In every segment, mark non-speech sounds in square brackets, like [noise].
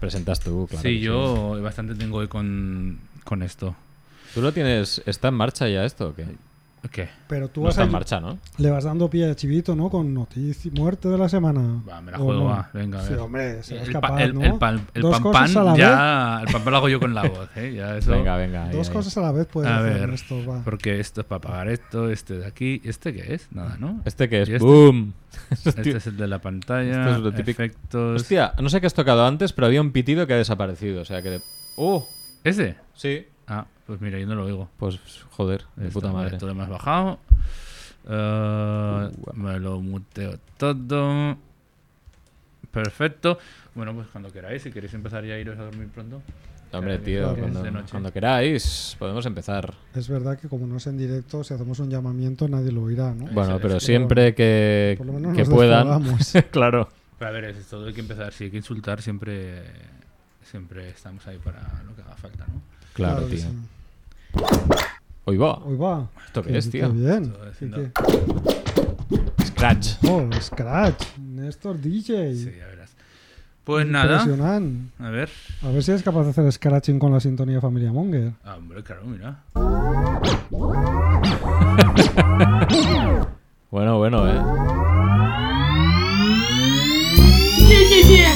Presentas tú, claro. sí, que yo bastante tengo hoy con, con esto. ¿Tú lo tienes? ¿Está en marcha ya esto o qué? ¿Qué? Pero tú No vas está a- en marcha, ¿no? le vas dando pie a Chivito, ¿no? Con noticias, muerte de la semana. Va, me la ¿O juego, no? va, venga, a Sí, ver. hombre, serás El, pa- capaz, el- ¿no? el pan, el Dos pan cosas pan a la ya, el pan pan lo hago yo con la voz, ¿eh? Ya eso. Venga, venga. ahí, vez. Dos ahí. cosas a la vez puedes A hacer ver, esto, va. porque esto es para pagar esto, este de aquí. ¿Este qué es? Nada, ¿no? Este que es. ¿Y este? ¡Boom! Este es el de la pantalla, Esto Este es lo típico. efectos... Hostia, no sé qué has tocado antes, pero había un pitido que ha desaparecido. O sea que. de- ¡Oh! ¿Ese? Sí. Ah, pues mira, yo no lo oigo. Pues joder, de Esto, puta madre. Esto lo hemos bajado. Eh, Ua. me lo muteo todo. Perfecto. Bueno, pues cuando queráis, si queréis empezar ya a iros a dormir pronto. Hombre, Claro, tío, claro, es de cuando, noche. cuando queráis, podemos empezar. Es verdad que como no es en directo, si hacemos un llamamiento nadie lo oirá, ¿no? Bueno, es, pero es. siempre que, Por lo menos que nos puedan. desahogamos. [laughs] claro. Pero a ver, es todo hay que empezar. Si hay que insultar, siempre, siempre estamos ahí para lo que haga falta, ¿no? Claro, que tío. sí. Hoy va. Hoy va. ¿Esto qué es, Qué tío? bien. Estoy Qué- haciendo- qué- Scratch. Oh, Scratch. Néstor DJ. Sí, ya verás. Pues nada, Impresionante. a ver. A ver si es capaz de hacer scratching con la sintonía Familia Monger. Ah, hombre, claro, mira. Bueno, bueno, eh. Yeah, yeah, yeah.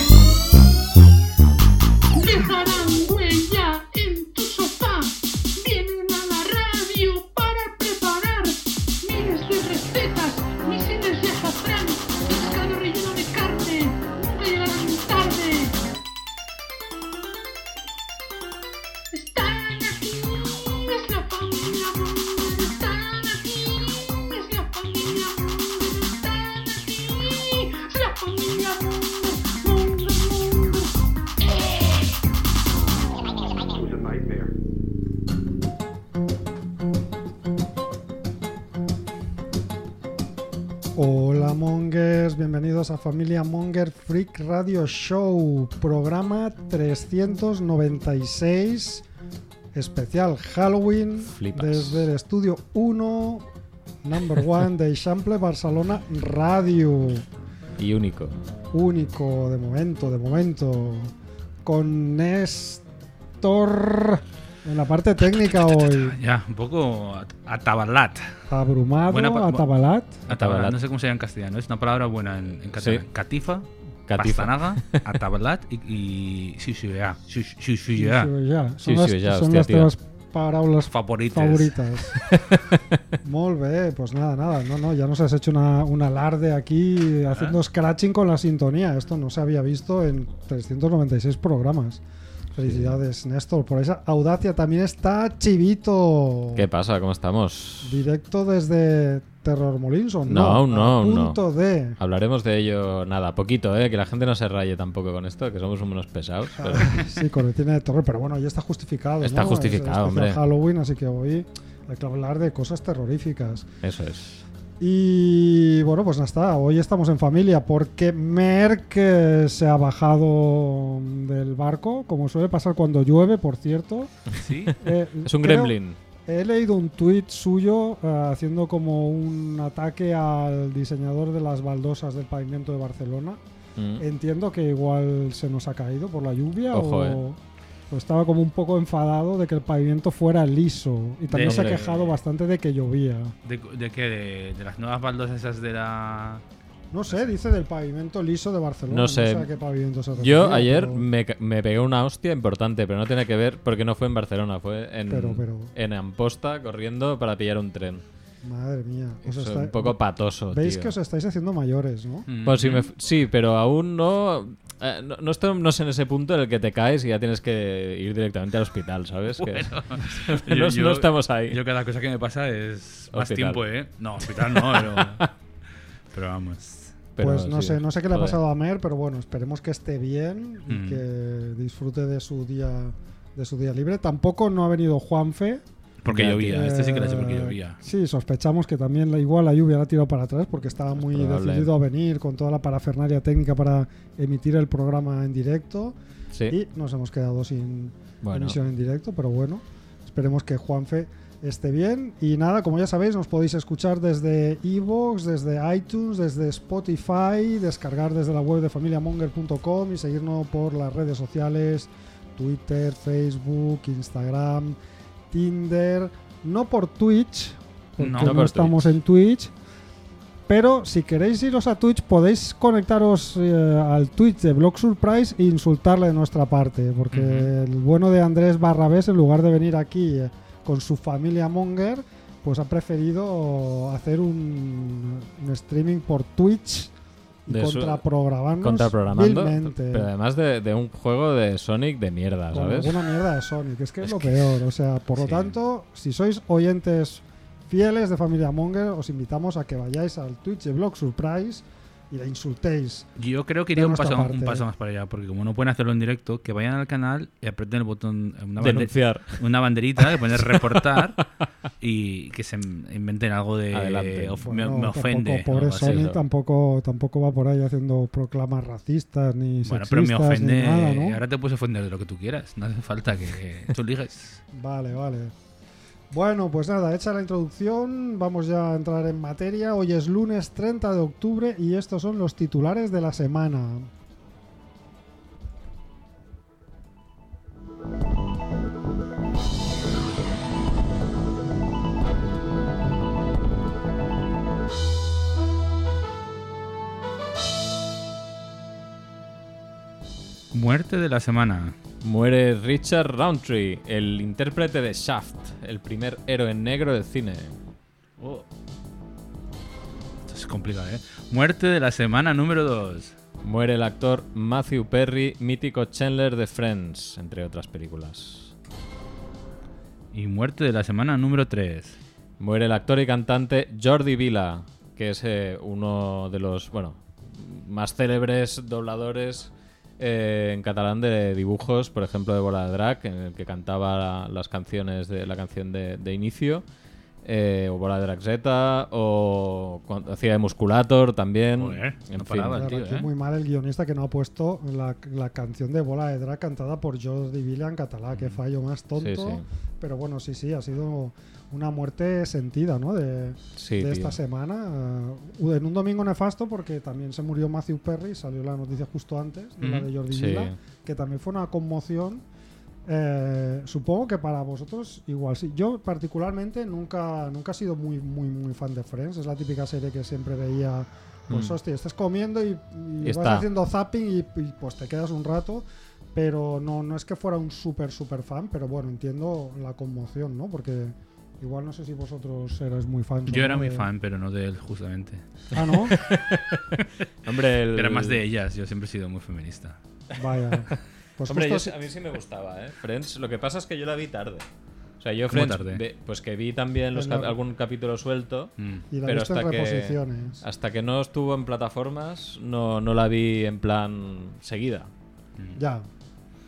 Dejarán huella en tu sofá. Vienen a la radio para preparar miles de recetas, misiles de azafrán, pescado relleno de carne. Nunca llegarán tarde. Están aquí, es la familia Munger. Están aquí, es la familia Munger. Están aquí, es la familia Munger. Munger, Munger. Hola Mongers, bienvenidos a Familia Monger Freak Radio Show, programa 396, especial Halloween, Flipas. desde el estudio 1, number one de Eixample Barcelona Radio. Y único. Único de momento, de momento, con Néstor en la parte técnica hoy. Ah, Ya, un poco at- atabalat. Buena Abrumado, pa- atabalat. Atabalat, no sé cómo se llama en castellano. Es una palabra buena en, en catalán. Sí. Catifa, Catifa. [laughs] pastanaga, atabalat y, y xuxullá. Xux- xuxullá. Sí, Sí, sí, ya. Son las, sí, ya, son hostia, las tío. teves paraules Favorites. favoritas. [laughs] Molt bé, pues nada, nada. No, no, ya nos has hecho una, un alarde aquí Ah. haciendo scratching con la sintonía. Esto no se había visto en 396 programas. Felicidades, Néstor, por esa audacia. También está Chivito. ¿Qué pasa? ¿Cómo estamos? Directo desde Terror Molinson. No, No, aún no, a aún no. punto de. [laughs] Hablaremos de ello nada, poquito, ¿eh? Que la gente no se raye tampoco con esto, que somos unos pesados. pero- Sí, con el cine de terror, pero bueno, ya está justificado. Está ¿no? justificado, especial hombre. Halloween, así que hoy hay que hablar de cosas terroríficas. Eso es. Y bueno, pues nada, está, hoy estamos en familia porque Merck eh, se ha bajado del barco, como suele pasar cuando llueve, [laughs] por cierto. ¿Sí? Eh, Es un creo- gremlin. He leído un tuit suyo eh, haciendo como un ataque al diseñador de las baldosas del pavimento de Barcelona. Mm. Entiendo que igual se nos ha caído por la lluvia Ojo, o, eh. o estaba como un poco enfadado de que el pavimento fuera liso y también se ha Hombre. quejado bastante de que llovía. ¿De, de qué? De, de las nuevas baldosas esas de la. No sé, dice del pavimento liso de Barcelona. No sé. a qué pavimento se Yo refería, ayer pero- me, ca- me pegué una hostia importante, pero no tiene que ver porque no fue en Barcelona, fue en, Pero, pero- en Amposta corriendo para pillar un tren. Madre mía. os Eso es está- un poco patoso. Veis tío. Mm. que os estáis haciendo mayores, Bueno, ¿no? mm, sí, Pues me f- sí, pero aún no, eh, no. No estamos en ese punto en el que te caes y ya tienes que ir directamente al hospital, [laughs] ¿sabes? Que- no, Yo- yo- no estamos ahí. Yo cada cosa que me pasa es más Hospital. tiempo, ¿eh? No, hospital no, pero. pero vamos. pero pues no sí, sé, no sé qué le ha joder. pasado a Mer, pero bueno, esperemos que esté bien y Mm. que disfrute de su día de su día libre. Tampoco no ha venido Juanfe. Porque Ya, llovía, Eh, este sí que lo he hecho porque llovía. Sí, sospechamos que también la, igual la lluvia la ha tirado para atrás porque estaba muy Pues probable. decidido a venir con toda la parafernalia técnica para emitir el programa en directo Sí. y nos hemos quedado sin Bueno. emisión en directo, pero bueno, esperemos que Juanfe esté bien. Y nada, como ya sabéis, nos podéis escuchar desde Evox, desde iTunes, desde Spotify, descargar desde la web de familiamonger.com y seguirnos por las redes sociales, Twitter, Facebook, Instagram, Tinder, no por Twitch, porque No. no, No por estamos en Twitch. Pero si queréis iros a Twitch podéis conectaros eh, al Twitch de Blog Surprise e insultarle de nuestra parte, porque Ujú. el bueno de Andrés Barrabés en lugar de venir aquí eh, con su familia Monger, pues ha preferido hacer un, un streaming por Twitch y De su- contraprogramarnos Contraprogramando. vilmente. Pero además de, de un juego de Sonic de mierda, Con ¿sabes? alguna mierda de Sonic, es que es, Es lo que- peor. O sea, por lo Sí. tanto, si sois oyentes fieles de Familia Monger, os invitamos a que vayáis al Twitch de Blog Surprise y le insultéis. Yo creo que De iría un nuestra paso, parte. ¿eh? un paso más para allá, porque como no pueden hacerlo en directo, que vayan al canal y aprieten el botón, una, bande- Denunciar. [laughs] una banderita, de poner reportar y que se in- inventen algo de Adelante. of- me, Bueno, me tampoco, ofende. o pobre algo así. Sonic ¿no? tampoco, tampoco va por ahí haciendo proclamas racistas ni Bueno, sexistas pero me ofende. ni nada, ¿no? Ahora te puedes ofender de lo que tú quieras. No hace falta que [laughs] tú ligas. Vale, vale. Bueno, pues nada, hecha la introducción, vamos ya a entrar en materia. Hoy es lunes 30 de octubre y estos son los titulares de la semana. Muerte de la semana. Muere Richard Roundtree, el intérprete de Shaft, el primer héroe negro del cine. Esto es complicado, ¿eh? Muerte de la semana número 2. Muere el actor Matthew Perry, mítico Chandler de Friends, entre otras películas. Y muerte de la semana número 3. Muere el actor y cantante Jordi Vila, que es eh, uno de los, bueno, más célebres dobladores eh, en catalán de dibujos, por ejemplo, de Bola de Drag, en el que cantaba las canciones de la canción de, de inicio, eh, o Bola de Drag Z, o cuando hacía de Musculator también. Joder, en no fin. paraba. Claro, tío, aquí ¿eh? muy mal el guionista que no ha puesto la, la canción de Bola de Drag cantada por Jordi Vila en catalá. Qué fallo más tonto. Sí, sí. Pero bueno, sí, sí, ha sido una muerte sentida, ¿no? De, Sí, de tío. esta semana. Uh, en un domingo nefasto porque también se murió Matthew Perry, salió la noticia justo antes de la Ujú, de Jordi sí. Vila, que también fue una conmoción. Eh, supongo que para vosotros igual sí. Yo particularmente nunca, nunca he sido muy, muy, muy fan de Friends. Es la típica serie que siempre veía. Pues Mm. hostia, estás comiendo y, y Y vas está. haciendo zapping y, y, pues te quedas un rato. Pero no, no es que fuera un súper, súper fan, pero bueno, entiendo la conmoción, ¿no? Porque igual no sé si vosotros erais muy fan. Yo era muy fan, pero no de él, justamente. [laughs] Ah, ¿no? Hombre, el- Era más de ellas. Yo siempre he sido muy feminista. Vaya. Pues Hombre, justo yo- a mí sí me gustaba, ¿eh? Friends, lo que pasa es que yo la vi tarde. O sea, yo ¿Cómo Friends, tarde? ve- pues que vi también los En la- cap- algún capítulo suelto, Mm. si- Y la pero viste en hasta que- reposiciones. hasta que no estuvo en plataformas, no, no la vi en plan seguida. Ya.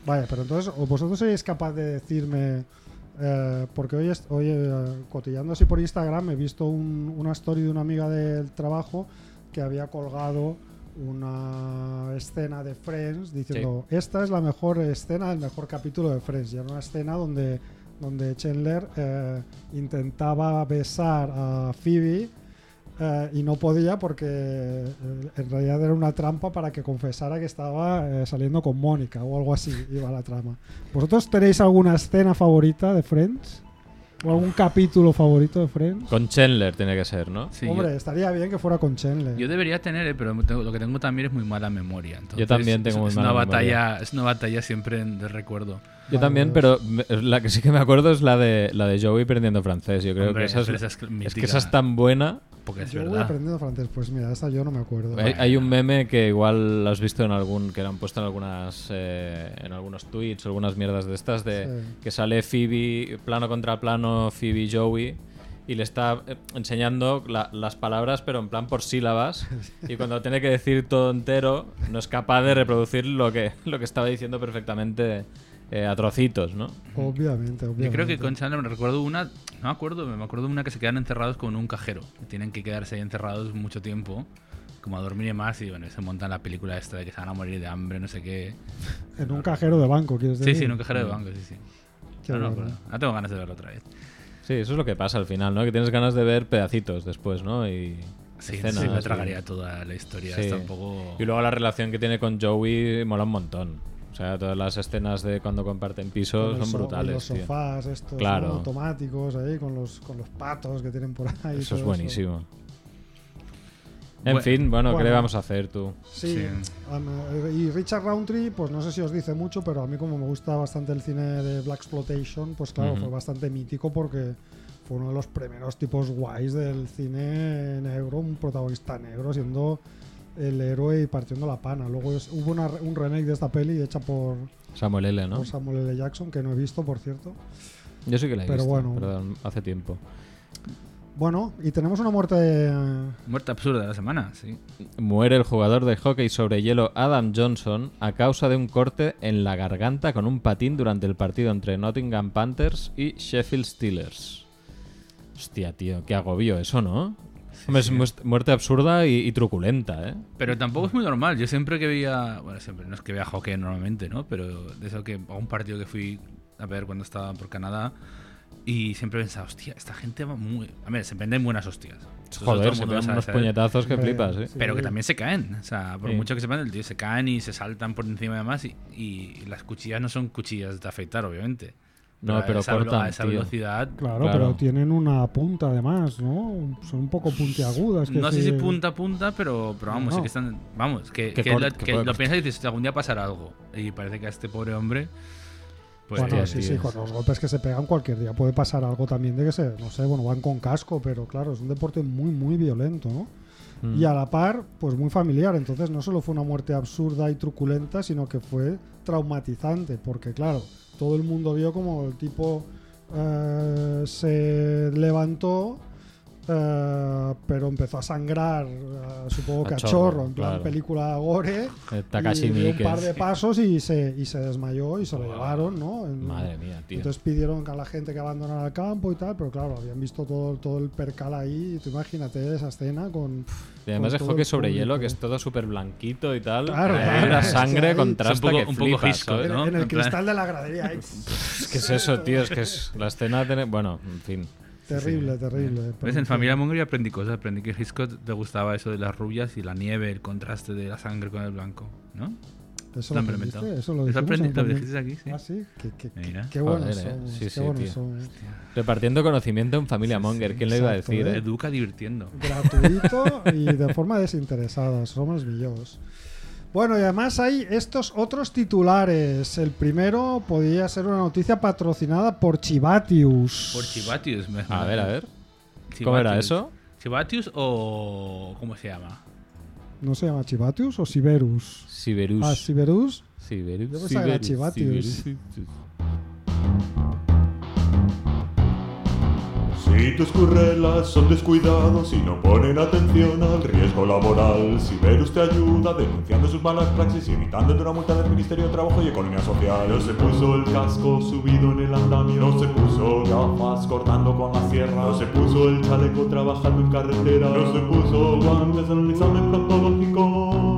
Vaya, pero entonces, ¿o ¿vosotros seréis capaz de decirme? eh, porque hoy, est- hoy eh, cotillando así por Instagram, he visto un- una story de una amiga del trabajo que había colgado una escena de Friends diciendo: Esta es la mejor escena del mejor capítulo de Friends. Y era una escena donde, donde Chandler eh, intentaba besar a Phoebe. Eh, y no podía porque eh, en realidad era una trampa para que confesara que estaba eh, saliendo con Mónica o algo así, iba la trama. ¿Vosotros tenéis alguna escena favorita de Friends? ¿O algún capítulo favorito de Friends? Con Chandler tiene que ser, ¿no? Sí, Hombre, yo- estaría bien que fuera con Chandler. Yo debería tener, eh, pero tengo- lo que tengo también es muy mala memoria. entonces Yo también tengo es- muy es mala una memoria. batalla, Es una batalla siempre en- de recuerdo. pues Yo también, pero me- la que sí que me acuerdo es la de la de Joey aprendiendo francés. Yo creo Hombre, que esa es, pero esa es es que mítica. esa es tan buena. Porque es Yo voy verdad. aprendiendo francés, pues mira, esta yo no me acuerdo. Eh, Hay, hay un meme que igual lo has visto en algún que lo han puesto en algunas eh, en algunos tweets o algunas mierdas de estas de Sí. que sale Phoebe plano contra plano Phoebe y Joey y le está eh, enseñando la- las palabras pero en plan por sílabas y cuando tiene que decir todo entero no es capaz de reproducir lo que lo que estaba diciendo perfectamente eh, a trocitos, ¿no? Obviamente, obviamente. Yo creo que con Chandler me recuerdo una, no me acuerdo, me acuerdo una que se quedan encerrados con un cajero. que Tienen que quedarse ahí encerrados mucho tiempo, como a dormir y más, y bueno, se montan la película esta de que se van a morir de hambre, no sé qué. En un cajero de banco, ¿quieres Sí, decir? sí, en un cajero de banco, sí, sí. Qué No, no me bueno. acuerdo. Ah, tengo ganas de verlo otra vez. Sí, eso es lo que pasa al final, ¿no? Que tienes ganas de ver pedacitos después, ¿no? Y Sí, escenas, sí, me y- tragaría toda la historia. Sí. Está un poco. Y luego la relación que tiene con Joey mola un montón. O sea, todas las escenas de cuando comparten Con pisos el son so- con brutales. Los tío. sofás estos Claro. ¿no? automáticos ahí, con los, con los patos que tienen por ahí. Eso es todo buenísimo. En Bueno, fin, bueno, ¿qué le bueno. vamos a hacer tú? Sí. Sí. am- eh, Y Richard Roundtree, pues no sé si os dice mucho, pero a mí como me gusta bastante el cine de Black Exploitation, pues claro, Ujú. fue bastante mítico porque fue uno de los primeros tipos guays del cine negro, un protagonista negro siendo el héroe y partiendo la pana. Luego es- hubo una re- un remake de esta peli hecha por, Samuel L., ¿no? por Samuel L. Jackson, que no he visto, por cierto. Yo sí que la he Pero visto, bueno. pero hace tiempo. Bueno, y tenemos una muerte... eh, Muerte absurda de la semana, sí. Muere el jugador de hockey sobre hielo Adam Johnson a causa de un corte en la garganta con un patín durante el partido entre Nottingham Panthers y Sheffield Steelers. Hostia, tío, qué agobio eso, ¿no? Hombre, es muest- muerte absurda y, y truculenta, ¿eh? Pero tampoco es muy normal. Yo siempre que veía. Bueno, siempre no es que vea hockey normalmente, ¿no? Pero de eso que a un partido que fui a ver cuando estaba por Canadá. Y siempre pensaba, hostia, esta gente va muy. A ver, se venden buenas hostias. Eso todo el Joder, se mundo lo pegan sabe, unos ¿sabes? puñetazos que Hombre, flipas, ¿eh? sí. Pero que también se caen. O sea, por Sí. mucho que se van, el tío se caen y se saltan por encima de más. Y, y las cuchillas no son cuchillas de afeitar, obviamente. No, a pero esa velo- cortan, A esa tío. velocidad. Claro, Claro. pero tienen una punta además, ¿no? Son un poco puntiagudas. quiero No sé si decir- punta a punta, pero, pero vamos, No. sí que están. Vamos, que, Que que cort- lo, que que puede lo cortar. piensas y dices, algún día pasará algo. Y parece que a este pobre hombre. Pues, bueno, Hostia, sí, tío, sí, es- con los golpes que se pegan cualquier día puede pasar algo también de que se, no sé, bueno, van con casco, pero claro, es un deporte muy, muy violento, ¿no? Mm. Y a la par, pues muy familiar, entonces no solo fue una muerte absurda y truculenta, sino que fue traumatizante, porque claro, todo el mundo vio como el tipo eh, se levantó, eh, pero empezó a sangrar, eh, supongo que A a chorro, chorro, en plan claro. película gore. Eh, Takashi y dio un Miike. par de pasos y se, y se desmayó y se lo llevaron, ¿no? En- Madre mía, tío. Entonces pidieron a la gente que abandonara el campo y tal, pero claro, habían visto todo, todo el percal ahí. y Tú imagínate esa escena con. y además con de todo hockey el sobre hielo, público. que es todo súper blanquito y tal. Claro, Eh, claro. la Es que sangre ahí- contrasta Es un poco- que un poco flipas, Hitchcock, ¿sabes? ¿no? En el En plan- cristal de la gradería. [laughs] ahí, Es que es eso, tío, es que es la escena de... Bueno, en fin. terrible, terrible. ¿Ves? Pero- En Familia Monger aprendí cosas. Aprendí que Hitchcock le gustaba eso de las rubias y la nieve, el contraste de la sangre con el blanco. ¿No? Eso No, lo me lo he aprendiste, inventado. eso lo Eso dijimos aprendí- en lo Familia- dijiste aquí, sí. Ah, sí, qué, qué- qué- Mira. qué buenos Joder, eh. somos, Sí, qué sí, buenos tío. somos. Repartiendo conocimiento en familia Monger, ¿quién lo iba a exacto, decir? ¿eh? eh? Educa divirtiendo. gratuito y de forma desinteresada. Somos millos. Bueno, y además hay estos otros titulares. El primero podría ser una noticia patrocinada por Chivatius. Por Chivatius. me- A ver, a ver. ¿Cómo era Chivatius. eso? ¿Chivatius o. ¿Cómo se llama? ¿No se llama Chivatius o Siberus? Siberus. Ah, Siberus. Siberus. Yo pensaba que era Siberus, Chivatius. Siberus. Si tus currelas son descuidados y no ponen atención al riesgo laboral, Siberus te ayuda denunciando sus malas praxis y evitando una multa del Ministerio de Trabajo y Economía Social. No se puso el casco subido en el andamio, no se puso gafas cortando con la sierra, no se puso el chaleco trabajando en carretera, no se puso guantes en un examen proctológico.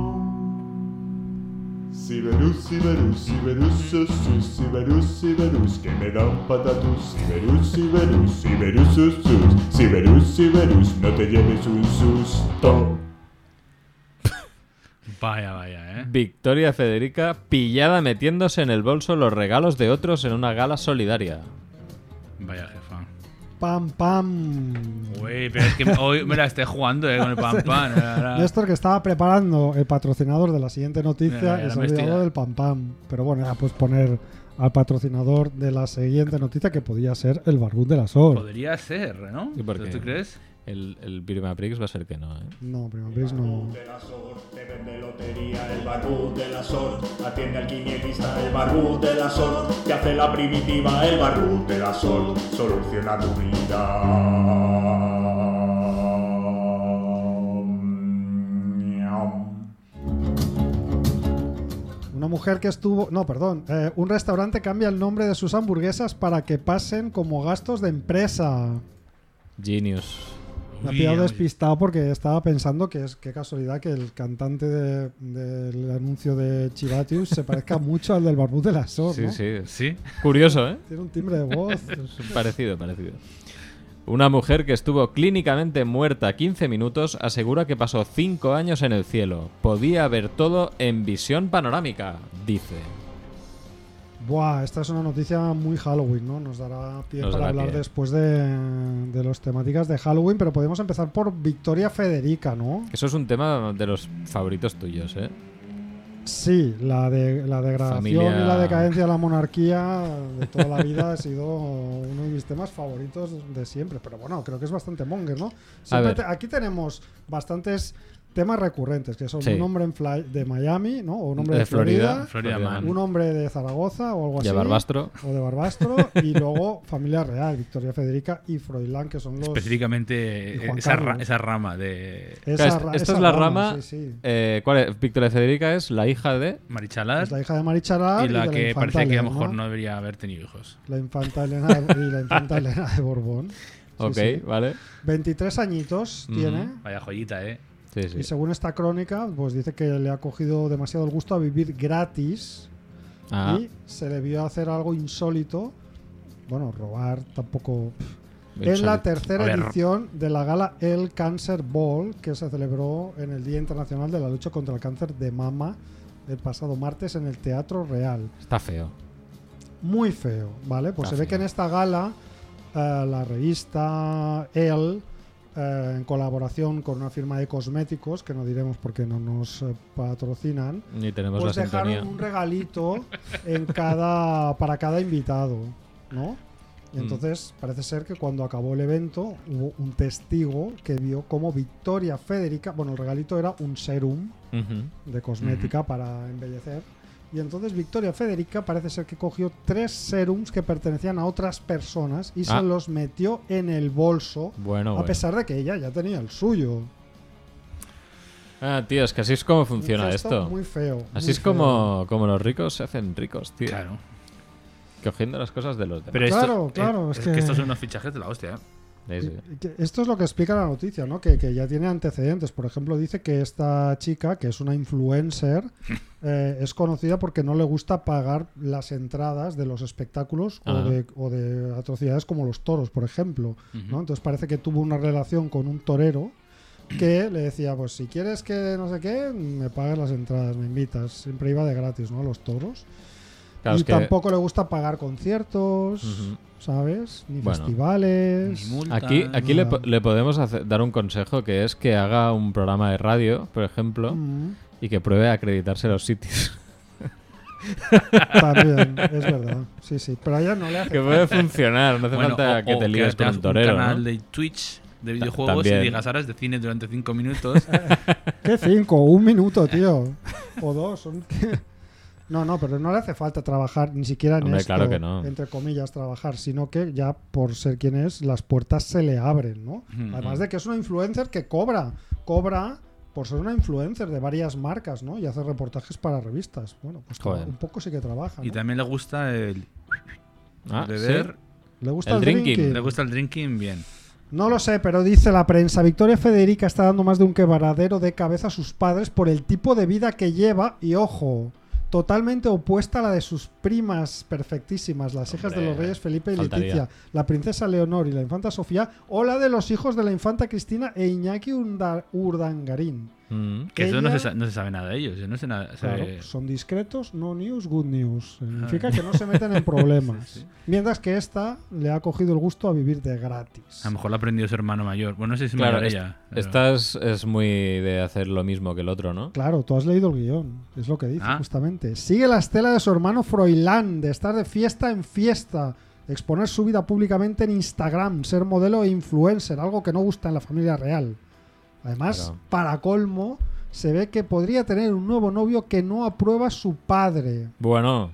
Siberus, Siberus, Siberus, Siberus, Siberus, Siberus, que me da un patatus. Siberus, Siberus, Siberus, sus, sus, Siberus, Siberus, no te lleves un susto. Vaya, vaya, ¿eh? Victoria Federica pillada metiéndose en el bolso los regalos de otros en una gala solidaria. Mm. Vaya jefa. Pam, pam. Uy, pero es que hoy me la estoy jugando eh, con el [laughs] pan pan. ahora- Néstor que estaba preparando el patrocinador de la siguiente Mira, noticia ya y la se ha me estoy- olvidado del pam pam. Pero bueno, ya pues poner al patrocinador de la siguiente noticia que podía ser el Barbud de la Sol. Podría ser, ¿no? ¿Y por ¿Tú- qué? ¿Tú crees? El, el Birma Prix va a ser que no, ¿eh? No, Prima Prix no. de la Sor, te vende lotería, el barbú de la Sor, atiende al quinielista, el barbú de la Sor, te hace la primitiva, el barbú de la Sor, soluciona tu vida. Miau. Una mujer que estuvo. No, perdón. eh, un restaurante cambia el nombre de sus hamburguesas para que pasen como gastos de empresa. Genius. Me ha Uy, pillado oye. despistado porque estaba pensando que es qué casualidad que el cantante de- del anuncio de Chivatius [laughs] se parezca mucho al del Barbud de la Sor, Sí, ¿no? sí. es Sí, Pues, Curioso, ¿eh? Tiene un timbre de voz. Parecido, parecido. Una mujer que estuvo clínicamente muerta 15 minutos asegura que pasó 5 años en el cielo. Podía ver todo en visión panorámica, dice. Buah, esta es una noticia muy Halloween, ¿no? Nos dará pie Nos para dará hablar pie. después de, de las temáticas de Halloween, pero podemos empezar por Victoria Federica, ¿no? Eso es un tema de los favoritos tuyos, ¿eh? Sí, la, de, la degradación Familia- y la decadencia de la monarquía de toda la vida ha sido uno de mis temas favoritos de siempre. Pero bueno, creo que es bastante monger, ¿no? Siempre ver. te- aquí tenemos bastantes temas recurrentes, que son Sí. un hombre en Fly- de Miami, ¿no? O un hombre de, De Florida. Florida Man. un hombre de Zaragoza o algo así. Ya Barbastro. O de Barbastro. y luego familia real, Victoria Federica y Froilán, que son los... específicamente Y Juan eh, esa, Carlos. ra- esa rama de esa Claro, ra- es- esta esa es la rama. sí, sí. eh, ¿Cuál es? Víctor de Federica es la hija de. Marichalar Es la hija de Marichalar y la de que infanta parecía que a Elena, lo mejor no debería haber tenido hijos. La infanta Elena de, y [laughs] la infanta Elena de Borbón. Sí, Ok, sí. ¿vale? 23 añitos Ujú. tiene. Vaya joyita, ¿eh? Sí, sí. Y según esta crónica, pues dice que le ha cogido demasiado el gusto a vivir gratis Ah, y se le vio hacer algo insólito. Bueno, robar tampoco. Es insólito. la tercera A ver. edición de la gala El Cancer Ball, que se celebró en el Día Internacional de la Lucha contra el Cáncer de Mama el pasado martes en el Teatro Real. Está feo. muy feo, ¿vale? Pues Está se ve feo. que en esta gala eh, la revista El, eh, en colaboración con una firma de cosméticos, que no diremos porque no nos eh, patrocinan, Ni tenemos pues la dejaron sintonía. un regalito en cada, para cada invitado, ¿no? Y Mm. entonces parece ser que cuando acabó el evento hubo un testigo que vio cómo Victoria Federica, bueno, el regalito era un serum Ujú. de cosmética para embellecer. Y entonces Victoria Federica parece ser que cogió tres serums que pertenecían a otras personas y Ah. se los metió en el bolso, Bueno, a bueno. pesar de que ella ya tenía el suyo. Ah, tío, es que así es como Un funciona gesto esto. Muy feo. Así muy es feo. como, como los ricos se hacen ricos, tío. Claro. Cogiendo las cosas de los demás. Pero Claro, esto, claro, eh, es es, que- que estos son unos fichajes de la hostia. ¿eh? Sí, sí. Y- y que Esto es lo que explica la noticia, ¿no? Que, que ya tiene antecedentes. Por ejemplo, dice que esta chica, que es [laughs] una influencer, eh, es conocida porque no le gusta pagar las entradas de los espectáculos o Ajá. de, o de atrocidades como los toros, por ejemplo. ¿no? Entonces parece que tuvo una relación con un torero que le decía, pues si quieres que no sé qué, me pagas las entradas, me invitas. Siempre iba de gratis, ¿no? A los toros. Claro, y es que tampoco le gusta pagar conciertos, Ujú. ¿sabes? Ni Bueno. festivales. Ni multa, aquí, aquí le, Ah. Nada. po- le podemos hacer- dar un consejo que es que haga un programa de radio, por ejemplo, Mm. y que pruebe a acreditarse los sitios. [laughs] También, es verdad. Sí, sí. Pero a ella no le hace. que puede funcionar, no hace Bueno, falta o- que o te líes con hagas un torero. canal ¿no? de Twitch de videojuegos también. y digas ahora es de cine durante 5 [laughs] minutos. ¿Qué cinco? Un minuto, tío. O dos. son- No, no, pero no le hace falta trabajar ni siquiera en Hombre, esto, claro que no. entre comillas, trabajar, sino que ya por ser quien es, las puertas se le abren, ¿no? Ujú. Además de que es una influencer que cobra, cobra por ser una influencer de varias marcas, ¿no? Y hace reportajes para revistas. Bueno, pues Joder. un poco sí que trabaja. y ¿no? también le gusta el Ah, ¿sí? beber, Le gusta el el, drinking, drinking. le gusta el drinking bien. No lo sé, pero dice la prensa. Victoria Federica está dando más de un quebradero de cabeza a sus padres por el tipo de vida que lleva y, ojo, totalmente opuesta a la de sus primas perfectísimas, las hijas de Hombre, los reyes Felipe y faltaría. Leticia, la princesa Leonor y la infanta Sofía, o la de los hijos de la infanta Cristina e Iñaki Unda- Urdangarín. Mm. Que eso no se, Ella- sa- no se sabe nada de ellos. Yo no sé nada. eh, Claro, sabe- son discretos, no news, good news. Significa Ah. que no se meten [laughs] en problemas. Mientras que esta le ha cogido el gusto a vivir de gratis. A lo mejor lo ha aprendido su hermano mayor. Bueno, no sé si es Claro, mayor es- ella. pero- esta es, es muy de hacer lo mismo que el otro, ¿no? Claro, tú has leído el guión, es lo que dice Ah. justamente. Sigue la estela de su hermano Froilán, de estar de fiesta en fiesta, de exponer su vida públicamente en Instagram, ser modelo e influencer, algo que no gusta en la familia real. Además, Claro. para colmo, se ve que podría tener un nuevo novio que no aprueba su padre. Bueno,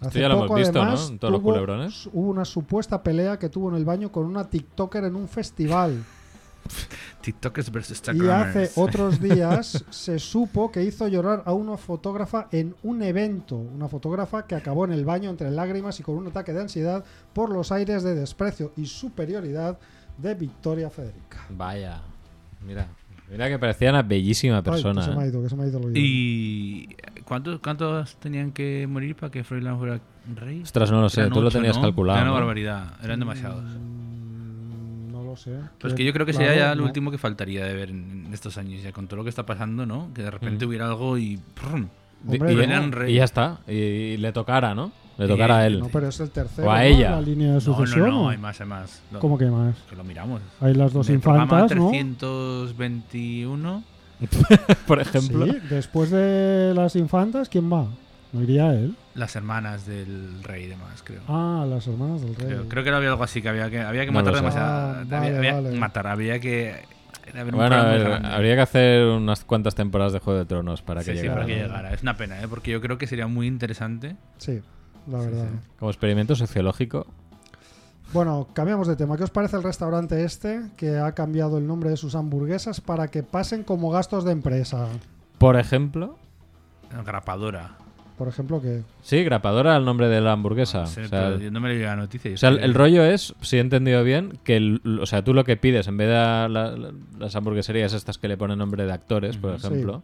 Hace ya lo hemos poco, visto, ¿no? además, En todos los tuvo- culebrones. Hubo una supuesta pelea que tuvo en el baño con una TikToker en un festival. TikTokers versus Y hace Instagramers. otros días se supo que hizo llorar a una fotógrafa en un evento. Una fotógrafa que acabó en el baño entre lágrimas y con un ataque de ansiedad por los aires de desprecio y superioridad de Victoria Federica. Vaya, mira. Mira que parecía una bellísima Ay, que se me persona. ha ¿eh? ido, que se me ha ido el oído. ¿Y cuántos, cuántos tenían que morir para que Froilán fuera rey? Ostras, no lo sé, Eran tú lo ocho, tenías ¿no? calculado. Era una ¿no? barbaridad, eran demasiados. Mm, No lo sé. Pero es que yo creo que sería claro, ya lo no. último que faltaría de ver en en estos años, ya con todo lo que está pasando, ¿no? Que de Mm. repente hubiera algo y. ¡prum! Di- Hombre, y, no. Eran re- y ya está. Y, y le tocara, ¿no? Le tocara a él. No, pero es el tercero. O a ¿no? ella. La línea de No, no, sucesión. no, ¿o? hay más, hay más. Lo- ¿Cómo que más? que lo miramos. Hay las dos En el programa infantas, ¿no? 321. [laughs] Por ejemplo. Sí, después de las infantas, ¿quién va? No iría él. Las hermanas del rey y demás, creo. Ah, las hermanas del rey. Creo, creo que era algo así, que había que, había que No lo matar sé. demasiado. Ah, había, vale, había vale. que matar, había que. era haber un Bueno, a plan muy ver, grande. habría que hacer unas cuantas temporadas de Juego de Tronos para que Sí, sí, llegara. para que llegara. Es una pena, ¿eh? porque yo creo que sería muy interesante. Sí, la verdad. Como experimento sociológico. Bueno, cambiamos de tema. ¿Qué os parece el restaurante este que ha cambiado el nombre de sus hamburguesas para que pasen como gastos de empresa? Por ejemplo. Grapadora. Por ejemplo, que Sí, grapadora el nombre de la hamburguesa. Sí, Ah, o sea, pero yo no me leí la noticia. yo O sea, el, sabía- el rollo es, si he entendido bien, que el- o sea, tú lo que pides, en vez de la- la- las hamburgueserías estas que le ponen nombre de actores, por Sí. ejemplo,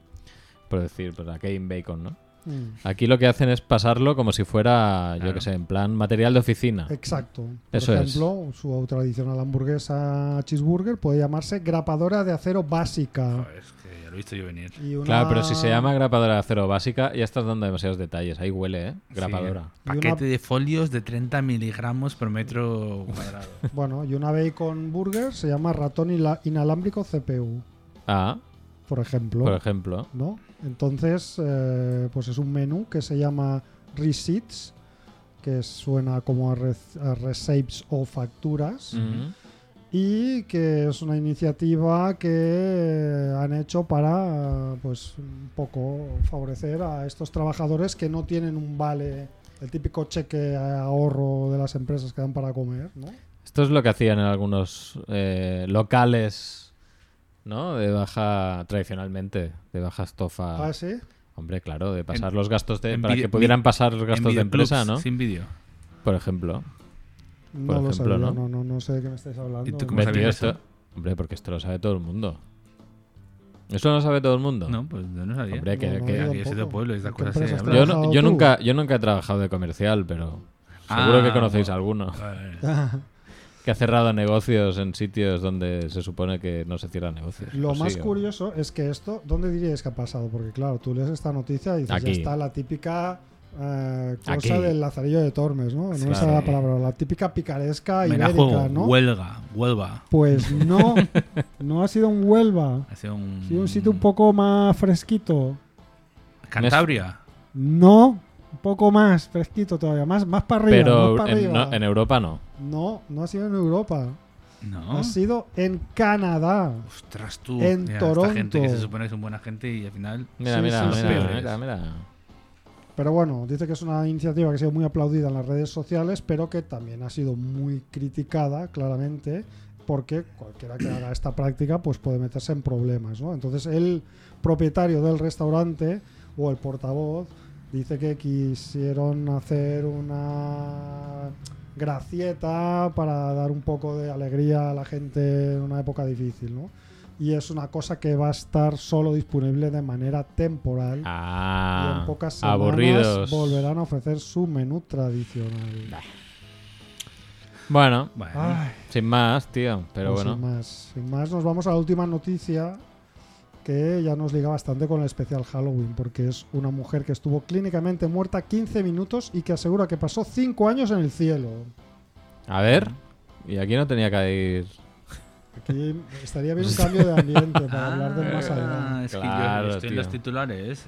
por decir, pues a Kevin Bacon, ¿no? mm, Aquí lo que hacen es pasarlo como si fuera, yo Claro. qué sé, en plan material de oficina. Exacto. Por Eso es. ejemplo, su tradicional hamburguesa cheeseburger puede llamarse grapadora de acero básica. Joder, Oh, es que ya lo he visto yo venir. Y una- Claro, pero si se llama grapadora de acero básica, ya estás dando demasiados detalles. Ahí huele, ¿eh? Grapadora. Sí, Y una- paquete de folios de 30 miligramos por metro cuadrado. Bueno, y una bacon burger se llama ratón ila- inalámbrico CPU, Ah, por ejemplo. por ejemplo. ¿no? Entonces, eh, pues es un menú que se llama Receipts, que suena como a, re- a receipts o facturas, Ujú. y que es una iniciativa que eh, han hecho para, eh, pues, un poco favorecer a estos trabajadores que no tienen un vale, el típico cheque a ahorro de las empresas que dan para comer, ¿no? Esto es lo que hacían en algunos eh, locales, ¿no? De baja, tradicionalmente, de baja estofa. Ah, sí. Hombre, claro, de pasar En- los gastos de. en Para vide- que pudieran vi- pasar los [laughs] gastos En de empresa, videoclubs, ¿no? Sin vídeo. Por ejemplo. No lo ejemplo, sabía, ¿no? ¿no? No, no sé de qué me estáis hablando. ¿Y tú cómo Hombre, sabías tío, eso? esto- Hombre, porque esto lo sabe todo el mundo. ¿Eso no lo sabe todo el mundo? No, pues yo no sabía. Hombre, que- No, no, que- yo aquí soy de este tampoco. pueblo, estas ¿En qué cosas se empresas hablan. Yo, trabajado no- yo tú? nunca, yo nunca he trabajado de comercial, pero Ah, seguro que conocéis bueno. alguno Vale. Ah, que ha cerrado negocios en sitios donde se supone que no se cierran negocios. O Lo más pues sí, o- curioso es que esto, ¿dónde diríais que ha pasado? Porque claro, tú lees esta noticia y dices, Aquí. ya está la típica eh, cosa Aquí. del lazarillo de Tormes, ¿no? No Sí. me sale la palabra, la típica picaresca Me la ibérica, juego. ¿no? Huelga, Huelva. [laughs] Pues no, no ha sido un Huelva, Ha sido un... ha sido un sitio un Mm. poco más fresquito. Cantabria. No, un poco más fresquito todavía, más, más para arriba, más Pero para en, arriba. no- en Europa no. No, no ha sido en Europa, No. ha sido en Canadá. Ostras, tú. Ah, En Mira, Toronto. Esta gente que se supone que son buena gente y al final. Mira, Sí, mira, sí, sí. mira, Peores. mira, mira. Pero bueno, dice que es una iniciativa que ha sido muy aplaudida en las redes sociales, pero que también ha sido muy criticada, claramente, porque cualquiera que haga esta práctica pues puede meterse en problemas, ¿no? Entonces el propietario del restaurante o el portavoz dice que quisieron hacer una gracieta para dar un poco de alegría a la gente en una época difícil, ¿no? Y es una cosa que va a estar solo disponible de manera temporal Ah, y en pocas semanas aburridos. volverán a ofrecer su menú tradicional. Bueno, Bueno, Ay, sin más, tío. Pero pues bueno. Sin más, sin más, nos vamos a la última noticia que ya nos liga bastante con el especial Halloween, porque es una mujer que estuvo clínicamente muerta 15 minutos y que asegura que pasó 5 años en el cielo. A ver. Y aquí no tenía que ir. Aquí [laughs] estaría bien un cambio de ambiente para hablar del más allá. Ah, es que Claro, yo estoy en tío. los titulares.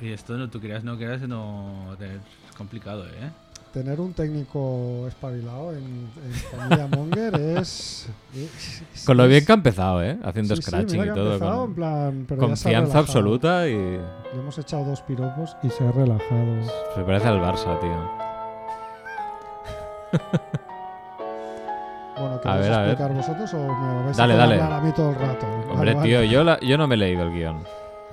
Y esto no tú creas, no creas, no. Es complicado, ¿eh? Tener un técnico espabilado en, en familia Monger es, es- es- Con lo bien es- que ha empezado, ¿eh? Haciendo sí, sí, mira scratching que y ha todo. empezado con en plan, pero ya se ha confianza relajado. absoluta y. Le hemos echado dos piropos y se ha relajado. Se parece al Barça, tío. Bueno, ¿queréis ver, a ver. explicar vosotros o me vais Dale, a dale. dale. a mí todo el rato? Hombre, Vale, vale. tío, yo, la- yo no me he leído el guión.